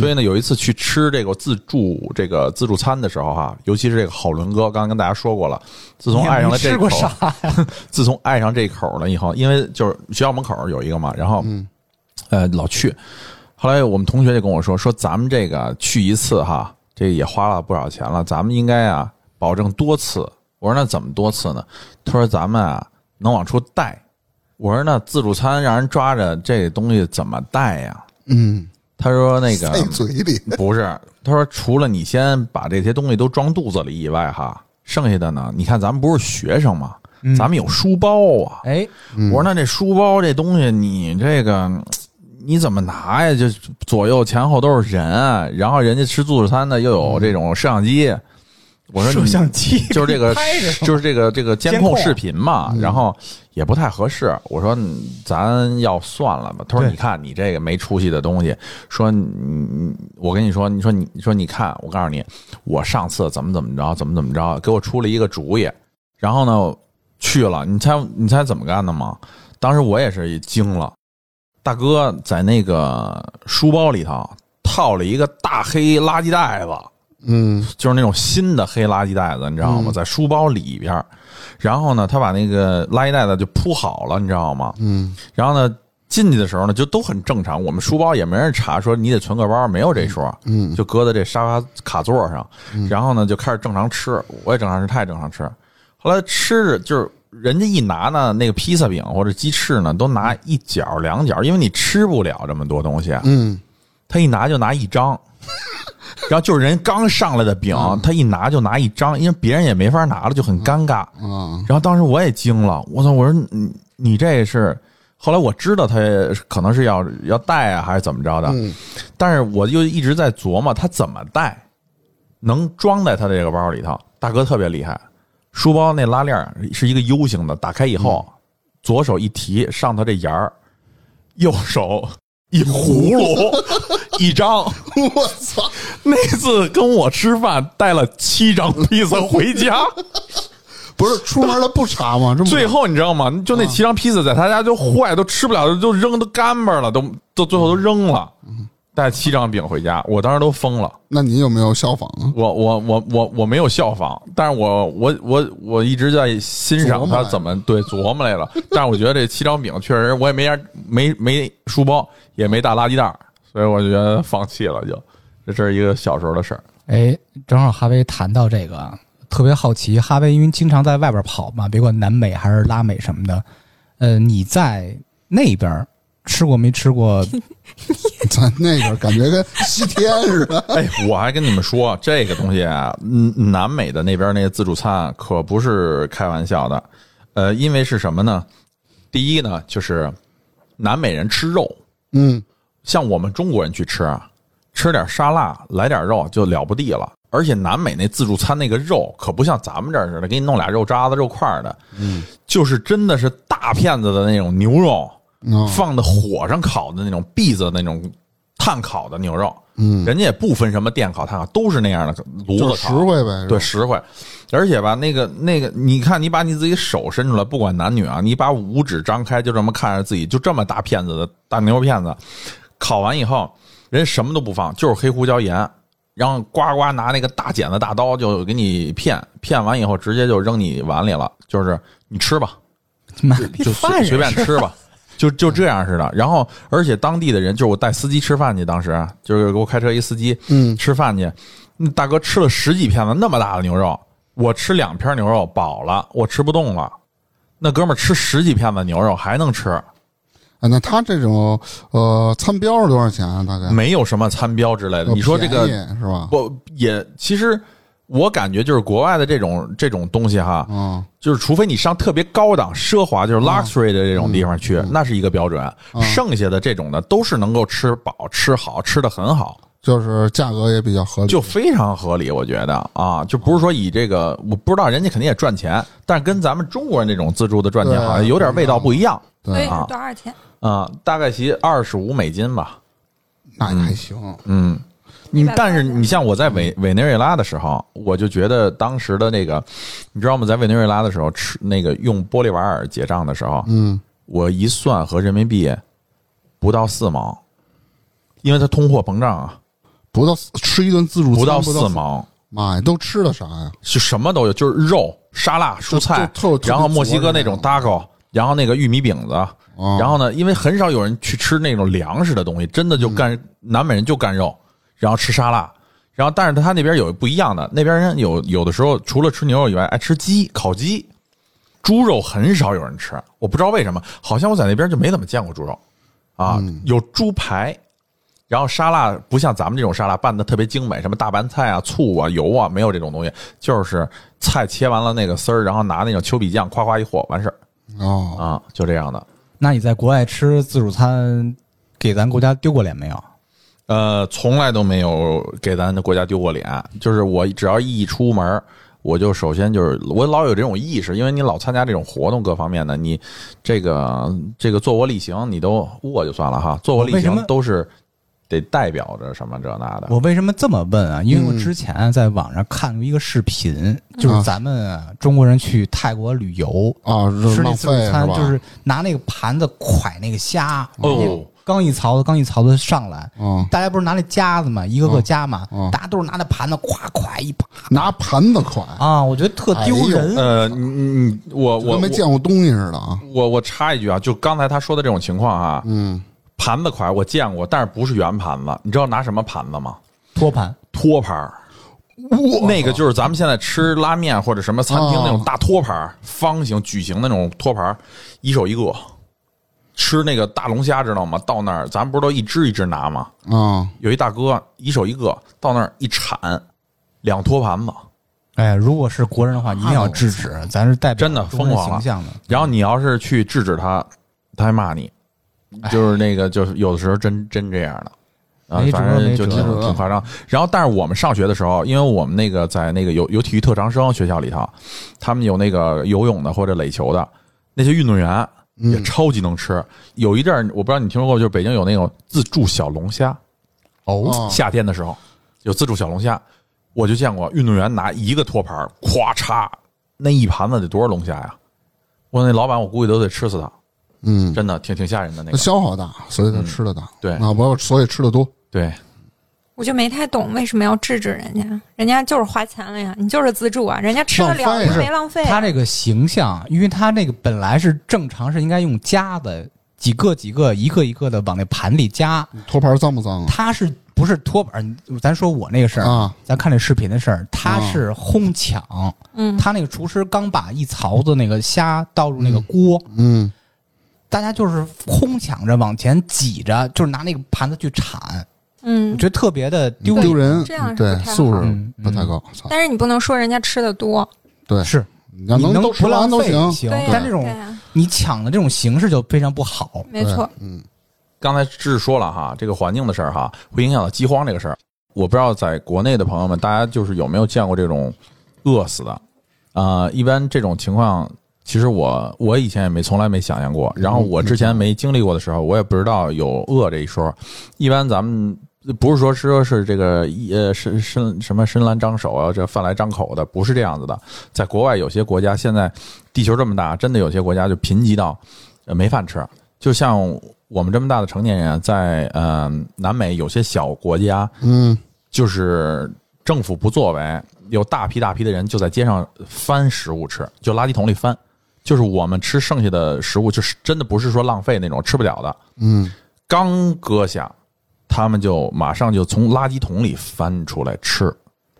E: 所以呢，有一次去吃这个自助这个自助餐的时候哈，尤其是这个好伦哥，刚刚跟大家说过了，自从爱上了
B: 你也没吃
E: 这
B: 过
E: 口，
B: 啥
E: (laughs) 自从爱上这口了以后，因为就是学校门口有一个嘛，然后、
B: 嗯
E: 呃老去。后来我们同学就跟我说，说咱们这个去一次哈，这也花了不少钱了，咱们应该啊保证多次。我说那怎么多次呢？他说咱们啊能往出带。我说那自助餐让人抓着这东西怎么带呀？
A: 嗯，
E: 他说那个
A: 塞嘴里，
E: 不是，他说除了你先把这些东西都装肚子里以外，哈，剩下的呢，你看咱们不是学生嘛，嗯咱们有书包啊。
B: 嗯哎，
E: 我说那这书包这东西，你这个你怎么拿呀？就左右前后都是人，啊然后人家吃自助餐的又有这种摄像机。我说你
B: 机
E: (laughs) 就是这个
B: 拍着，啊
E: 就是这个这个监控视频
B: 嗯
E: 嘛，然后也不太合适。我说嗯咱要算了吧。他说
B: 对
E: 你看你这个没出息的东西，说你你我跟你说，你说你你说你看，我告诉你，我上次怎么怎么着，怎么怎么着，给我出了一个主意。然后呢，去了，你猜你猜怎么干的吗？当时我也是一惊了，大哥在那个书包里头套了一个大黑垃圾袋子。
A: 嗯，
E: 就是那种新的黑垃圾袋子，你知道吗？
A: 嗯
E: 在书包里边儿，然后呢，他把那个垃圾袋子就铺好了，你知道吗？
A: 嗯，
E: 然后呢，进去的时候呢，就都很正常，我们书包也没人查说你得存个包，没有这说，
A: 嗯，
E: 就搁在这沙发卡座上，然后呢就开始正常吃，我也正常吃，他也正常吃。后来吃着就是人家一拿呢，那个披萨饼或者鸡翅呢，都拿一角两角，因为你吃不了这么多东西，啊
A: 嗯，
E: 他一拿就拿一张，然后就是人刚上来的饼，他一拿就拿一张，因为别人也没法拿了，就很尴尬。
A: 啊，
E: 然后当时我也惊了，我操！我说你你这是，后来我知道他可能是要要带啊，还是怎么着的，但是我就一直在琢磨他怎么带，能装在他这个包里头。大哥特别厉害，书包那拉链儿是一个 U 型的，打开以后，左手一提上头这沿儿，右手一葫芦一张。
A: 我操，
E: 那次跟我吃饭带了七张披萨回家。
A: 不是出门了不查吗？这么
E: 最后你知道吗？就那七张披萨在他家就坏，都吃不了，都扔都干巴了，都都最后都扔了。带七张饼回家，我当时都疯了。
A: 那你有没有效仿啊？
E: 我我我我我没有效仿，但是我我我我一直在欣赏
A: 琢磨
E: 他
A: 来
E: 怎么对琢磨来了。但是我觉得这七张饼确实，我也没没没书包，也没大垃圾袋儿，所以我就觉得放弃了就。这是一个小时候的事儿。
B: 哎，正好哈维谈到这个啊，特别好奇，哈维因为经常在外边跑嘛，别管南美还是拉美什么的，呃，你在那边儿吃过没吃过？
A: 咱那个感觉跟西天似的。
E: 哎，我还跟你们说，这个东西啊，嗯南美的那边那个自助餐啊可不是开玩笑的。呃，因为是什么呢？第一呢，就是南美人吃肉，
A: 嗯，
E: 像我们中国人去吃，啊，吃点沙拉，来点肉就了不地了。而且南美那自助餐那个肉可不像咱们这儿似的，给你弄俩肉渣子、肉块儿的，嗯，就是真的是大片子的那种牛肉，
A: 哦
E: 放在火上烤的那种篦子那种炭烤的牛肉，嗯，人家也不分什么电烤、炭烤，都是那样的炉
A: (laughs)
E: 子
A: 就
E: 烤，
A: 是实惠呗。
E: 对，实惠。而且吧，那个那个，你看，你把你自己手伸出来，不管男女啊，你把五指张开，就这么看着自己，就这么大片子的大牛肉片子，烤完以后，人什么都不放，就是黑胡椒盐，然后呱呱拿那个大剪子、大刀就给你片，片完以后直接就扔你碗里了，就是你吃吧，
B: 妈
E: 就随随便吃吧，就就这样似的。然后，而且当地的人，就是我带司机吃饭去，当时就是给我开车一司机，
A: 嗯
E: 吃饭去，那大哥吃了十几片子那么大的牛肉，我吃两片牛肉饱了，我吃不动了。那哥们儿吃十几片子牛肉还能吃，
A: 啊，那他这种呃餐标是多少钱啊？大概
E: 没有什么餐标之类的。
A: 呃
E: 你说这个
A: 便宜是吧？
E: 不也？其实我感觉就是国外的这种这种东西哈，
A: 嗯，
E: 就是除非你上特别高档、奢华，就是 luxury 的这种地
A: 嗯
E: 方去，那是一个标准。剩下的这种的都是能够吃饱、吃好、吃的很好，
A: 就是价格也比较合理，
E: 就非常合理。我觉得啊，就不是说以这个，我不知道人家肯定也赚钱，但是跟咱们中国人这种自助的赚钱
A: 对
E: 好像有点味道不一样
C: 所以
A: 对，
C: 是多少钱？
E: 啊、大概其二十五美金吧。
A: 那也还行。
E: 嗯，你
C: 180
E: 但是你像我在委委内瑞拉的时候，我就觉得当时的那个，你知道吗？在委内瑞拉的时候吃那个用玻利瓦尔结账的时候，
A: 嗯，
E: 我一算合人民币不到四毛，因为它通货膨胀啊，
A: 不到吃一顿自助餐
E: 不到
A: 四
E: 四，毛，
A: 妈呀，都吃的啥呀？
E: 就什么都有，就是肉、沙拉、蔬菜
A: 就就特，啊
E: 然后墨西哥那种
A: 特别
E: taco，然后那个玉米饼子，
A: 啊
E: 然后呢，因为很少有人去吃那种粮食的东西，真的就干南美人就干肉，然后吃沙拉，然后但是他那边有不一样的，那边人有有的时候除了吃牛肉以外，爱吃鸡、烤鸡，猪肉很少有人吃，我不知道为什么，好像我在那边就没怎么见过猪肉啊，
A: 嗯
E: 有猪排。然后沙拉不像咱们这种沙拉拌的特别精美，什么大白菜啊、醋啊、油啊，没有这种东西，就是菜切完了那个丝儿，然后拿那种丘比酱夸夸一和完事儿
A: 哦，
E: 啊，就这样的。
B: 那你在国外吃自助餐，给咱国家丢过脸没有？
E: 呃，从来都没有给咱的国家丢过脸。就是我只要一出门儿，我就首先就是我老有这种意识，因为你老参加这种活动各方面的，你这个这个坐卧立行，你都卧就算了哈，坐卧立
B: 为什
E: 行
B: 么
E: 都是得代表着什么这那的。
B: 我为什么这么问啊？因为我
E: 嗯
B: 之前在网上看过一个视频，就是咱们啊中国人去泰国旅游，
A: 啊，
B: 吃
A: 这
B: 那
A: 浪
B: 自
A: 费
B: 助餐
A: 是吧？
B: 就是拿那个盘子蒯那个虾，
E: 哦，
B: 刚一槽子刚一槽子上来，
A: 嗯，
B: 大家不是拿那夹子嘛，一个个夹嘛，
A: 嗯嗯
B: 大家都是拿那盘子咵咵一把
A: 拿盘子款，
B: 啊，我觉得特丢人。
E: 呃，你你你我
A: 就
E: 我
A: 跟没见过东西似的啊。
E: 我我插一句啊，就刚才他说的这种情况啊，
A: 嗯，
E: 盘子款我见过，但是不是圆盘子，你知道拿什么盘子吗？
B: 托盘，
E: 托盘儿。那个就是咱们现在吃拉面或者什么餐厅那种大托盘儿，方形、矩形的那种托盘儿，一手一个。吃那个大龙虾知道吗？到那儿咱不是都一只一只拿吗？
A: 啊，
E: 有一大哥一手一个，到那儿一铲，两托盘子。
B: 哎，如果是国人的话，一定要制止，咱是代表
E: 真的
B: 中国人
E: 疯狂
B: 形
E: 了
B: 象的。
E: 然后你要是去制止他，他还骂你，
B: 哎
E: 就是那个就是有的时候真真这样的。啊
B: 没，辙
E: 反正就
B: 没
E: 挺
B: 辙
E: 挺夸张。然后，但是我们上学的时候，因为我们那个在那个有有体育特长生学校里头，他们有那个游泳的或者垒球的那些运动员也超级能吃。有一阵儿我不知道你听说过，就是北京有那种自助小龙虾，
A: 哦
E: 夏天的时候有自助小龙虾，我就见过运动员拿一个托盘儿，咵嚓，那一盘子得多少龙虾呀？我那老板，我估计都得吃死他，
A: 嗯，
E: 真的挺挺吓人的那
A: 它
E: 个。嗯
A: 消耗大，所以它吃的大。
E: 对
A: 啊，我所以吃的多。
E: 对，
C: 我就没太懂为什么要制止人家，人家就是花钱了呀，你就是自助啊，人家吃得
A: 浪
C: 了
A: 费啊
C: 又没浪费啊。
B: 他这个形象，因为他那个本来是正常是应该用夹子，几个几个一个一个的往那盘里夹，
A: 托盘脏不脏啊？
B: 他是不是托盘？咱说我那个事儿
A: 啊，
B: 咱看这视频的事儿，他
A: 啊
B: 是哄抢，
C: 嗯，
B: 他那个厨师刚把一槽子那个虾倒入那个锅，
A: 嗯，
B: 大家就是哄抢着往前挤着，就是拿那个盘子去铲，我
C: 嗯
B: 觉，得特别的丢
A: 丢
B: 脸。
A: 人
C: 这样，是
A: 对
C: 不太好
A: 素
B: 嗯
A: 质不太
B: 嗯
A: 高。操，
C: 但是你不能说人家吃的多，
A: 对，
B: 是
A: 你要
B: 你
A: 能
B: 能
A: 都吃
B: 不
A: 完
B: 浪
A: 都
B: 费
A: 行。
B: 行
C: 对呀，
B: 但这
C: 对
B: 种
C: 呀
B: 你抢的这种形式就非常不好。
C: 没错，
A: 对，嗯，
E: 刚才是说了哈，这个环境的事儿哈，会影响到饥荒这个事儿。我不知道在国内的朋友们，大家就是有没有见过这种饿死的啊、一般这种情况，其实我我以前也没从来没想象过。然后我之前没经历过的时候，我也不知道有饿这一说。一般咱们不是说是说是这个呃伸伸什么伸懒张手啊，这饭来张口的，不是这样子的。在国外有些国家，现在地球这么大，真的有些国家就贫瘠到呃没饭吃。就像我们这么大的成年人啊，在呃南美有些小国家，
A: 嗯，
E: 就是政府不作为，有大批大批的人就在街上翻食物吃，就垃圾桶里翻，就是我们吃剩下的食物，就是真的不是说浪费那种吃不了的，
A: 嗯，
E: 刚割下，他们就马上就从垃圾桶里翻出来吃，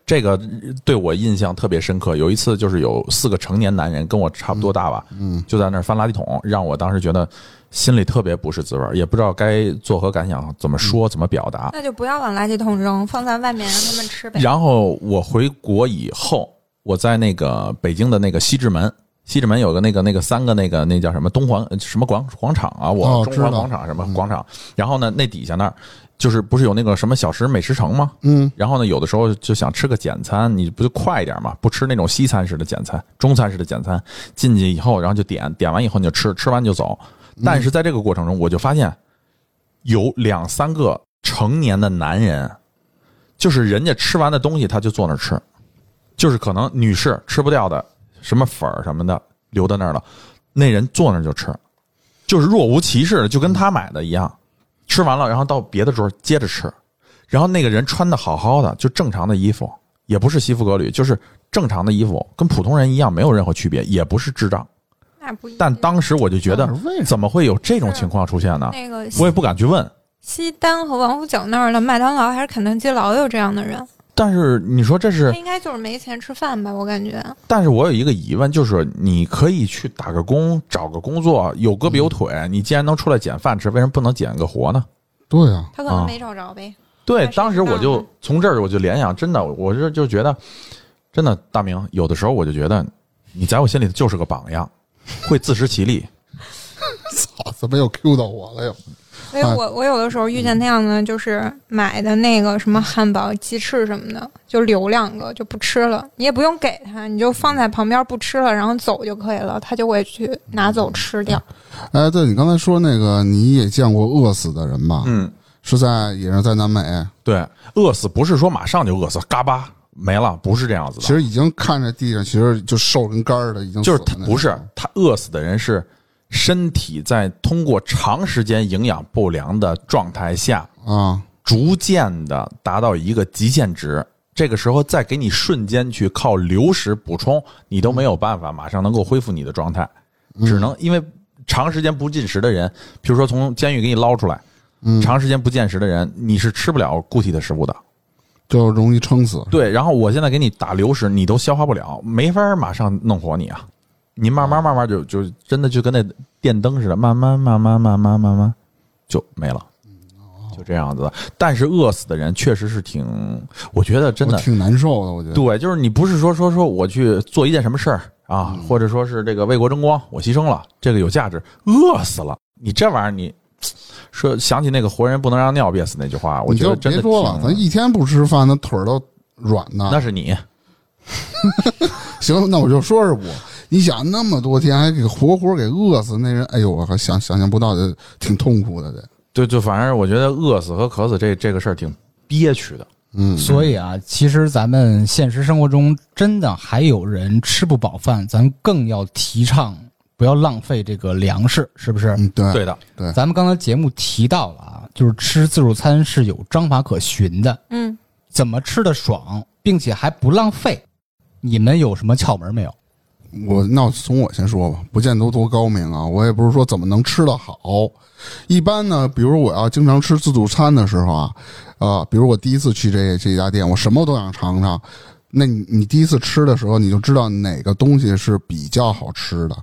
E: 这个对我印象特别深刻。有一次就是有四个成年男人跟我差不多大吧，嗯，就在那儿翻垃圾桶，让我当时觉得心里特别不是滋味儿，也不知道该作何感想，怎么说，怎么表达。
C: 那就不要往垃圾桶扔，放在外面让他们吃呗。
E: 然后我回国以后，我在那个北京的那个西直门，西直门有个那个那个三个那个那叫什么东环呃什么广广场啊，我、
A: 哦
E: 中环
A: 知道
E: 广场什么广场。然后呢，那底下那儿就是不是有那个什么小食美食城吗？
A: 嗯，
E: 然后呢，有的时候就想吃个简餐，你不就快一点嘛？不吃那种西餐式的简餐，中餐式的简餐，进去以后，然后就点，点完以后你就吃，吃完就走。
A: 嗯
E: 但是在这个过程中，我就发现有两三个成年的男人，就是人家吃完的东西他就坐那儿吃，就是可能女士吃不掉的什么粉儿什么的留在那儿了，那人坐那儿就吃，就是若无其事的，就跟他买的一样，吃完了然后到别的桌接着吃。然后那个人穿的好好的，就正常的衣服，也不是西服革履，就是正常的衣服，跟普通人一样，没有任何区别，也不是智障。
C: 那不一定，
E: 但当时我就觉得
A: 那是为什，么
E: 怎么会有这种情况出现呢？
C: 那个
E: 我也不敢去问。
C: 西单和王府井那儿的麦当劳还是肯德基老有这样的人，
E: 但是你说这
C: 他
E: 是，
C: 应该就是没钱吃饭吧？我感觉
E: 但是我有一个疑问，就是你可以去打个工，找个工作，有胳膊有腿，你既然能出来捡饭吃，为什么不能捡个活呢？
A: 对呀、
C: 他可
E: 啊
C: 能没找着呗。
E: 对
C: 还，是
E: 当时我
C: 一样
E: 就
C: 的
E: 从这儿我就联想，真的，我就就觉得，真的，大明，有的时候我就觉得，你在我心里就是个榜样，会自食其力。
A: 操，怎么又 Q 到我了又？
C: 所以
B: 啊
C: 我我有的时候遇
B: 嗯
C: 见那样的，就是买的那个什么汉堡、鸡翅什么的，就留两个就不吃了，你也不用给他，你就放在旁边不吃了，然后走就可以了，他就会去拿走吃掉。
A: 哎，对你刚才说那个，你也见过饿死的人吧？
E: 嗯，
A: 是在也是在南美，
E: 对，饿死不是说马上就饿死，嘎巴没了，不是这样子
A: 其
E: 的，
A: 实已经看着地上，其实就瘦跟干儿的，已经
E: 就是
A: 死了
E: 他
A: 那
E: 不是
A: 种
E: 他饿死的人是身体在通过长时间营养不良的状态下，
A: 啊，
E: 逐渐的达到一个极限值。这个时候再给你瞬间去靠流食补充，你都没有办法马上能够恢复你的状态，只能因为长时间不进食的人，比如说从监狱给你捞出来，长时间不进食的人，你是吃不了固体的食物的。
A: 就容易撑死。
E: 对，然后我现在给你打流食，你都消化不了，没法儿马上弄活你啊！你慢慢慢慢就就真的就跟那电灯似的，慢慢慢慢慢慢慢慢就没了，就这样子的。但是饿死的人确实是挺，我觉得真
A: 我
E: 的
A: 挺难受的，我觉得。
E: 对，就是你不是说说说我去做一件什么事儿啊，或者说是这个为国争光，我牺牲了，这个有价值，饿死了，你这玩意儿你说想起那个活人不能让尿憋死那句话，我
A: 你
E: 觉
A: 就
E: 得真
A: 别
E: 的
A: 说了，
E: 挺
A: 咱一天不吃饭，那腿儿都软呢。
E: 那是你。
A: 行，那我就说是我。你想那么多天还给活活给饿死那人，哎呦，我还想想象不到，这挺痛苦的。这
E: 对，就反正我觉得饿死和渴死这这个事儿挺憋屈的。
A: 嗯，
B: 所以啊，其实咱们现实生活中真的还有人吃不饱饭，咱更要提倡不要浪费这个粮食，是不是？
A: 嗯，对，
E: 对的，
B: 咱们刚才节目提到了啊，就是吃自助餐是有章法可循的，
C: 嗯，
B: 怎么吃的爽，并且还不浪费。你们有什么窍门没有？
A: 我那我从我先说吧，不见得多高明啊，我也不是说怎么能吃得好。一般呢，比如我要经常吃自助餐的时候啊，啊，比如我第一次去这这家店，我什么都想尝尝。那你你第一次吃的时候，你就知道哪个东西是比较好吃的，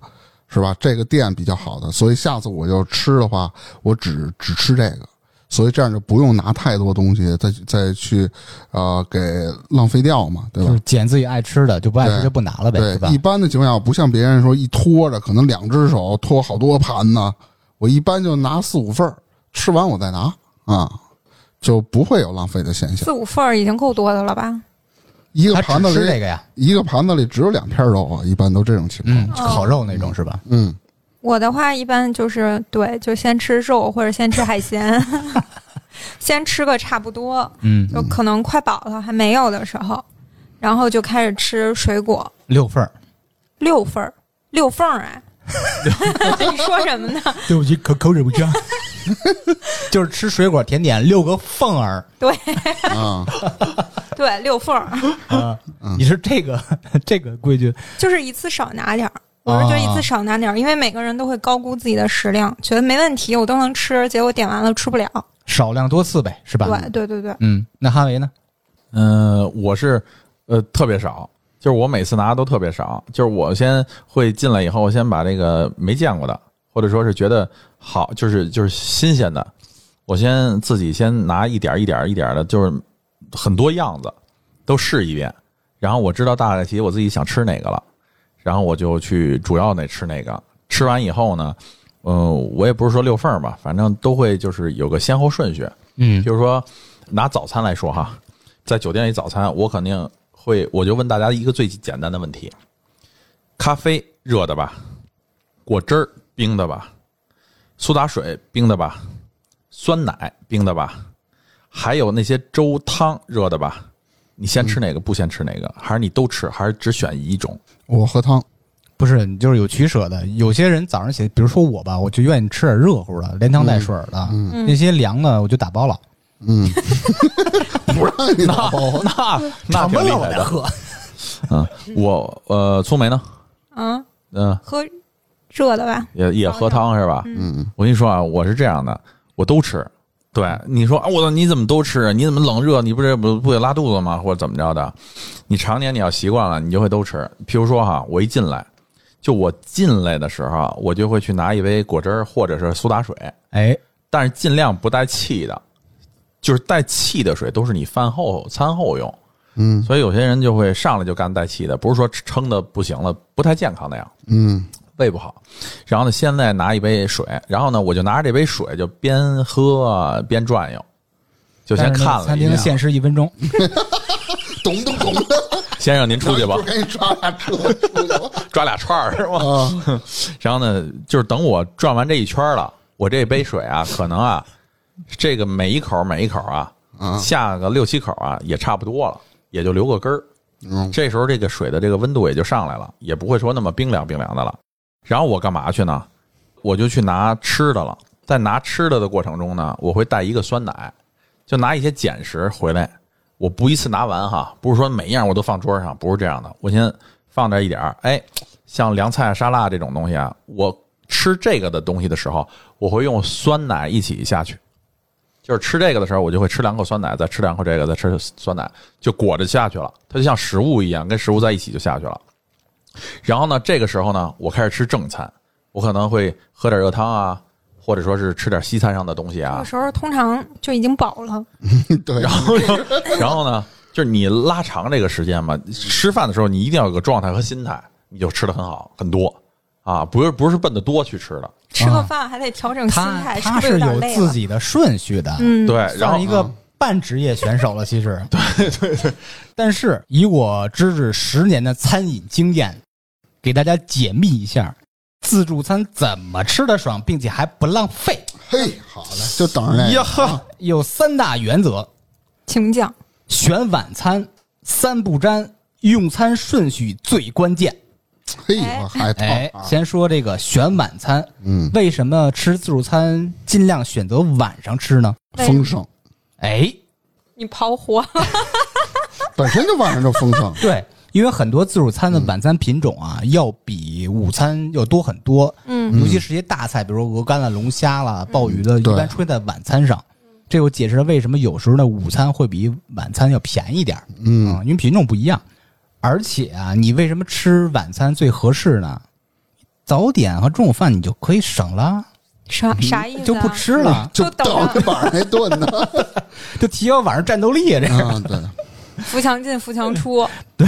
A: 是吧？这个店比较好的，所以下次我就吃的话，我只只吃这个。所以这样就不用拿太多东西再再去，呃，给浪费掉嘛，对吧？
B: 就是捡自己爱吃的，就不爱吃
A: 对
B: 就不拿了呗，啊是吧
A: 一？般的情况下，不像别人说一拖着，可能两只手拖好多盘呢。我一般就拿四五份儿，吃完我再拿啊，就不会有浪费的现象。
C: 四五份儿已经够多的了吧？
A: 一个
B: 他
A: 盘
B: 只
A: 子里
B: 吃这个呀，
A: 一个盘子里只有两片肉啊，一般都这种情况。
C: 哦
B: 嗯，烤肉那种是吧？
A: 嗯，
C: 我的话一般就是对，就先吃肉或者先吃海鲜， (laughs) 先吃个差不多，
B: 嗯，
C: 就可能快饱了还没有的时候，然后就开始吃水果，
B: 六份儿，
C: 六份儿，六缝
B: (laughs)
C: 儿哎。 (laughs) 你说什么呢？
B: 对不起，口口水不干。 (laughs) 就是吃水果甜点六个凤儿，
A: 啊，
C: (laughs) 对，六缝儿，
B: 啊，
A: 嗯
B: 你是这个 (laughs) 这个规矩，
C: 就是一次少拿点儿。我是觉得一
B: 哦
C: 次少拿点儿，因为每个人都会高估自己的食量，觉得没问题，我都能吃，结果点完了吃不了。
B: 少量多次呗，是吧？
C: 对对对对，
B: 嗯，那哈维呢？
E: 嗯、我是呃，特别少。就是我每次拿的都特别少，就是我先会进来以后，我先把这个没见过的，或者说是觉得好，就是就是新鲜的，我先自己先拿一点儿一点儿一点儿的，就是很多样子都试一遍，然后我知道大概其我自己想吃哪个了，然后我就去主要那吃哪个，吃完以后呢，嗯、我也不是说溜缝儿吧，反正都会就是有个先后顺序，
B: 嗯，
E: 就是说拿早餐来说哈，在酒店里早餐，我肯定会，我就问大家一个最简单的问题：咖啡热的吧？果汁儿冰的吧？苏打水冰的吧？酸奶冰的吧？还有那些粥汤热的吧？你先吃哪个？不先吃哪个？还是你都吃？还是只选一种？
A: 我喝汤，
B: 不是，你就是有取舍的。有些人早上起来，比如说我吧，我就愿意吃点热乎的，连汤带水的。
C: 嗯
B: 那些凉的我就打包了，
A: 嗯，不让你打包啊，
E: 那那挺厉害的。
B: 喝。
E: 嗯，我呃，聪梅呢？
C: 嗯，
E: 嗯、
C: 喝热的吧，
E: 也也喝汤是吧？
A: 嗯，
E: 我跟你说啊，我是这样的，我都吃。对，你说啊，我你怎么都吃啊？你怎么冷热？你不是不不得拉肚子吗？或者怎么着的？你常年你要习惯了，你就会都吃。譬如说哈，我一进来，就我进来的时候，啊我就会去拿一杯果汁儿或者是苏打水，
B: 哎，
E: 但是尽量不带气的，就是带气的水都是你饭后餐后用。
A: 嗯
E: 所以有些人就会上来就干带气的，不是说撑的不行了，不太健康那样。
A: 嗯
E: 胃不好，然后呢，现在拿一杯水，然后呢，我就拿着这杯水就边喝啊边转悠，就
B: 就
E: 先看了
B: 餐
E: 一
B: 厅
E: 下。
B: 限时一分钟，
A: 懂懂懂，
E: 先让您出
A: (laughs)，
E: 去吧
A: 赶紧抓俩车出去吧
E: 抓俩串儿是吧？
A: 啊，
E: (laughs) 然后呢，就是等我转完这一圈了，我这杯水啊，可能啊，这个每一口每一口啊，下个六七口啊，也差不多了，也就留个根儿。
A: 嗯
E: 这时候这个水的这个温度也就上来了，也不会说那么冰凉冰凉的了。然后我干嘛去呢？我就去拿吃的了。在拿吃的的过程中呢，我会带一个酸奶，就拿一些碱食回来。我不一次拿完哈，不是说每一样我都放桌上，不是这样的。我先放这一点儿，哎，像凉菜、沙拉这种东西啊，我吃这个的东西的时候，我会用酸奶一起下去。就是吃这个的时候，我就会吃两口酸奶，再吃两口这个，再吃酸奶，就裹着下去了。它就像食物一样，跟食物在一起就下去了。然后呢，这个时候呢，我开始吃正餐，我可能会喝点热汤啊，或者说是吃点西餐上的东西啊
C: 有。时候通常就已经饱了。
A: 对，
E: 然后呢， (laughs) 然后呢，就是你拉长这个时间嘛，吃饭的时候你一定要有个状态和心态，你就吃的很好很多啊，不是不是奔着多去吃的，
C: 吃个饭还得调整心
B: 啊他
C: 态，
B: 他
C: 是不是有
B: 是
C: 点
B: 有
C: 累
B: 自
C: 了？
B: 己的顺序的，
C: 嗯，
E: 对，然
B: 算
E: 后
B: 一个半职业选手了。其实，对对对。但是以我知识十年的餐饮经验，给大家解密一下，自助餐怎么吃的爽，并且还不浪费，啊
A: 嘿，好嘞，就等着那
B: 哎
E: 呀
A: 个，
E: 呵，
B: 有三大原则：
C: 请讲。
B: 选晚餐、三不沾、用餐顺序最关键。
A: 嘿，我还痛
B: 哎，
A: 啊，
B: 先说这个选晚餐，
A: 嗯，
B: 为什么吃自助餐尽量选择晚上吃呢？
C: 为
A: 丰盛，
B: 哎，，
C: 你刨活，
A: 本身就晚上就丰盛
B: 对，因为很多自助餐的
A: 嗯
B: 晚餐品种啊，要比午餐要多很多。
C: 嗯，
B: 尤其是一些大菜，比如说鹅肝了、龙虾了、鲍鱼的，一
A: 对
B: 般出现在晚餐上。这又解释了为什么有时候呢午餐会比晚餐要便宜点儿，
A: 嗯
B: 啊因为品种不一样。而且啊，你为什么吃晚餐最合适呢？早点和中午饭你就可以省了，
C: (laughs) 啥啥意思、啊？
B: 嗯就不吃了，
A: 就
C: 就等
A: 等
C: 着
A: 着晚上那顿呢，嗯
B: 就提高晚上战斗力啊！这个
A: 啊，对，
C: 扶墙进，扶墙出。
B: 对。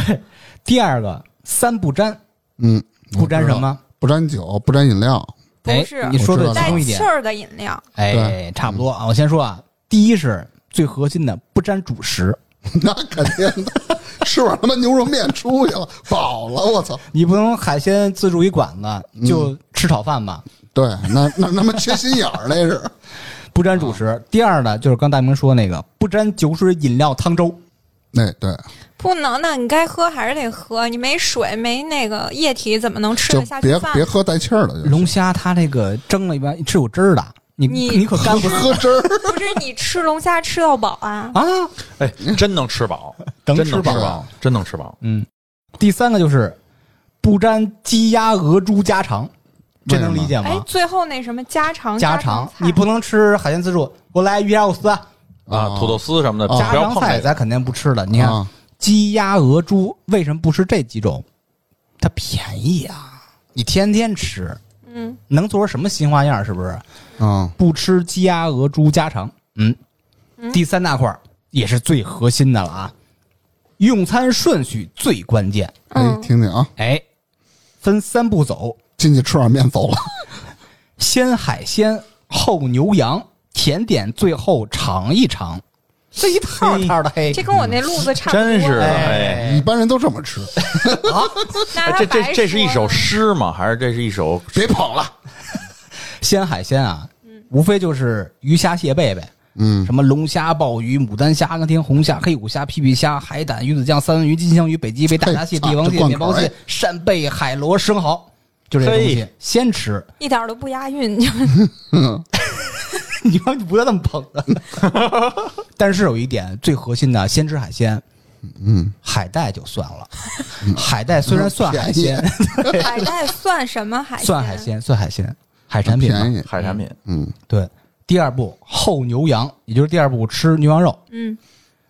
B: 第二个三不沾，
A: 嗯，
B: 不沾什么？
A: 不沾酒，不沾饮料，
C: 不是
B: 哎你说
A: 我知道
B: 的其
C: 带
B: 中一
C: 气
B: 点，
C: 儿的饮料，
B: 哎，
A: 对
B: 差不多啊。我先说啊，第一是最核心的，不沾主食，
A: 那肯定的，吃碗他妈牛肉面出去了，饱了，我操！
B: 你不能海鲜自助一馆子就吃炒饭吧，
A: 对，那那他妈缺心眼儿那是，
B: 不沾主食。第二呢，就是刚大明说那个，不沾酒水、饮料、汤粥。
A: 那对，
C: 不能，那你该喝还是得喝。你没水，没那个液体，怎么能吃
A: 就
C: 得下去
A: 别
C: 饭？
A: 别喝带气儿的，就是
B: 龙虾它这个蒸了一般是有汁儿的，你
C: 你
B: 你可干不死
A: 喝汁儿，
C: (laughs) 不是你吃龙虾吃到饱啊？
B: (laughs) 啊。
E: 哎，真能吃饱，
B: 能
E: 真
B: 吃
E: 能吃
A: 饱
E: 饱，真能吃饱。
B: 嗯，第三个就是不沾鸡鸭鹅猪家常，这能理解
C: 哎，
B: 吗？
C: 最后那什么家常
B: 家
C: 常
B: 常，
C: 菜
B: 你不能吃海鲜自助，给我来鱼香肉丝。
E: 啊，
A: 哦
E: 土豆丝什么的，
A: 哦
E: 啊
B: 家
E: 不要
B: 常
E: 碰
B: 菜
E: 这个。
B: 咱肯定不吃的，你看
A: 啊
B: 鸡、鸭、鹅、猪，为什么不吃这几种？它便宜啊！你天天吃，
C: 嗯，
B: 能做出什么新花样？是不是？
A: 嗯，
B: 不吃鸡、鸭、鹅、猪家常。嗯，第三大块儿也是最核心的了啊，用餐顺序最关键。
C: 嗯
A: 哎，听听啊，
B: 哎，分三步走：
A: 进去吃碗面走了，
B: 先海鲜，后牛羊，甜点最后尝一尝。这一套一套的嘿，
C: 这跟我那路子差不多。
E: 真是的，哎，
B: 哎
A: 一，般人都这么
B: (laughs)
A: 吃，
C: 那他
E: 这
C: 白
E: 这这是一
C: 说
E: 首
C: 了
E: 诗吗？还是这是一首？
A: 别捧了。
B: 鲜海鲜啊，无非就是鱼虾蟹贝呗。
A: 嗯，
B: 什么龙虾、鲍鱼、牡丹虾、阿根廷红虾、黑虎虾、皮皮虾、海胆、鱼子酱、三文鱼、金枪鱼、北极贝、大闸蟹、
A: 嘿啊
B: 帝王
A: 这
B: 蟹、
A: 贯
B: 扁
A: 口
B: 包蟹
A: 哎、
B: 扇贝、海螺、生蚝，就这些东西
E: 嘿
B: 先吃。
C: 一点都不押韵，就
B: 你要你不要那么捧
A: (laughs)
B: 的。但是有一点最核心的，先吃海鲜。嗯，海带就算了，海带虽然算海鲜，
A: 嗯
B: (laughs)
A: 便
C: 海带算什么海鲜？
B: 算海。鲜，算海鲜，海产品嘛
A: 便宜，
E: 海产品，
A: 嗯，
B: 对，第二步后牛羊，也就是第二步吃牛羊肉，
C: 嗯，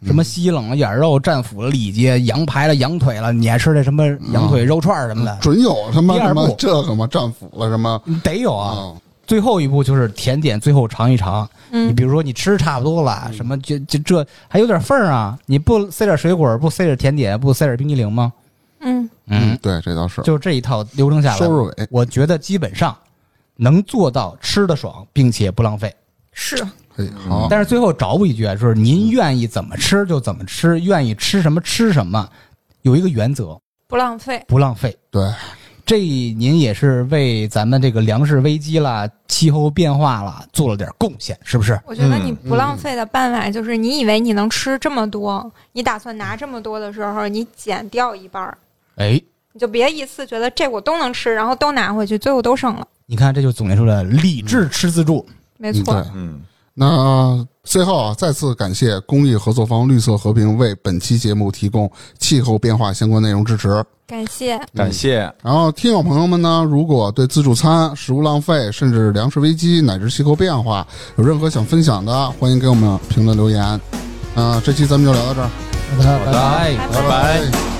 B: 什么西冷了、眼肉、战斧了、里脊、羊排了、羊腿了，你爱吃这什么羊腿肉串儿什么的，
A: 准有他妈
B: 第
A: 什
B: 二步
A: 么这个吗？战斧了什么？
C: 嗯
B: 你得有啊。
A: 啊，
B: 最后一步就是甜点，最后尝一尝。
C: 嗯
B: 你比如说你吃差不多了，
A: 嗯
B: 什么这这这还有点缝儿啊，你不塞点水果，不塞点甜点，不塞点冰激凌吗？
C: 嗯，
A: 嗯，，对，这倒是。
B: 就这一套流程下来，
A: 收入尾
B: 我觉得基本上能做到吃的爽，并且不浪费。
C: 是
A: 哎，好，
B: 嗯但是最后找补一句，啊就是您愿意怎么吃就怎么吃，愿意吃什么吃什么，有一个原则，
C: 不浪费。
B: 不浪费。
A: 对，
B: 这您也是为咱们这个粮食危机啦、气候变化啦做了点贡献，是不是？
C: 我觉得
E: 嗯
C: 你不浪费的办法就是，你以为你能吃这么多，你打算拿这么多的时候，你减掉一半儿，
B: 哎，
C: 你就别一次觉得这我都能吃，然后都拿回去，最后都剩了。
B: 你看，这就总结出了理智吃自助。
C: 没
A: 嗯
C: 错
A: 对，。
E: 嗯，
A: 那最后啊，再次感谢公益合作方绿色和平为本期节目提供气候变化相关内容支持。
C: 感谢。
E: 感谢，
A: 然后，听友朋友们呢，如果对自助餐、食物浪费，甚至粮食危机乃至气候变化有任何想分享的，欢迎给我们评论留言。啊、这期咱们就聊到这儿，
B: 拜拜
E: 拜拜。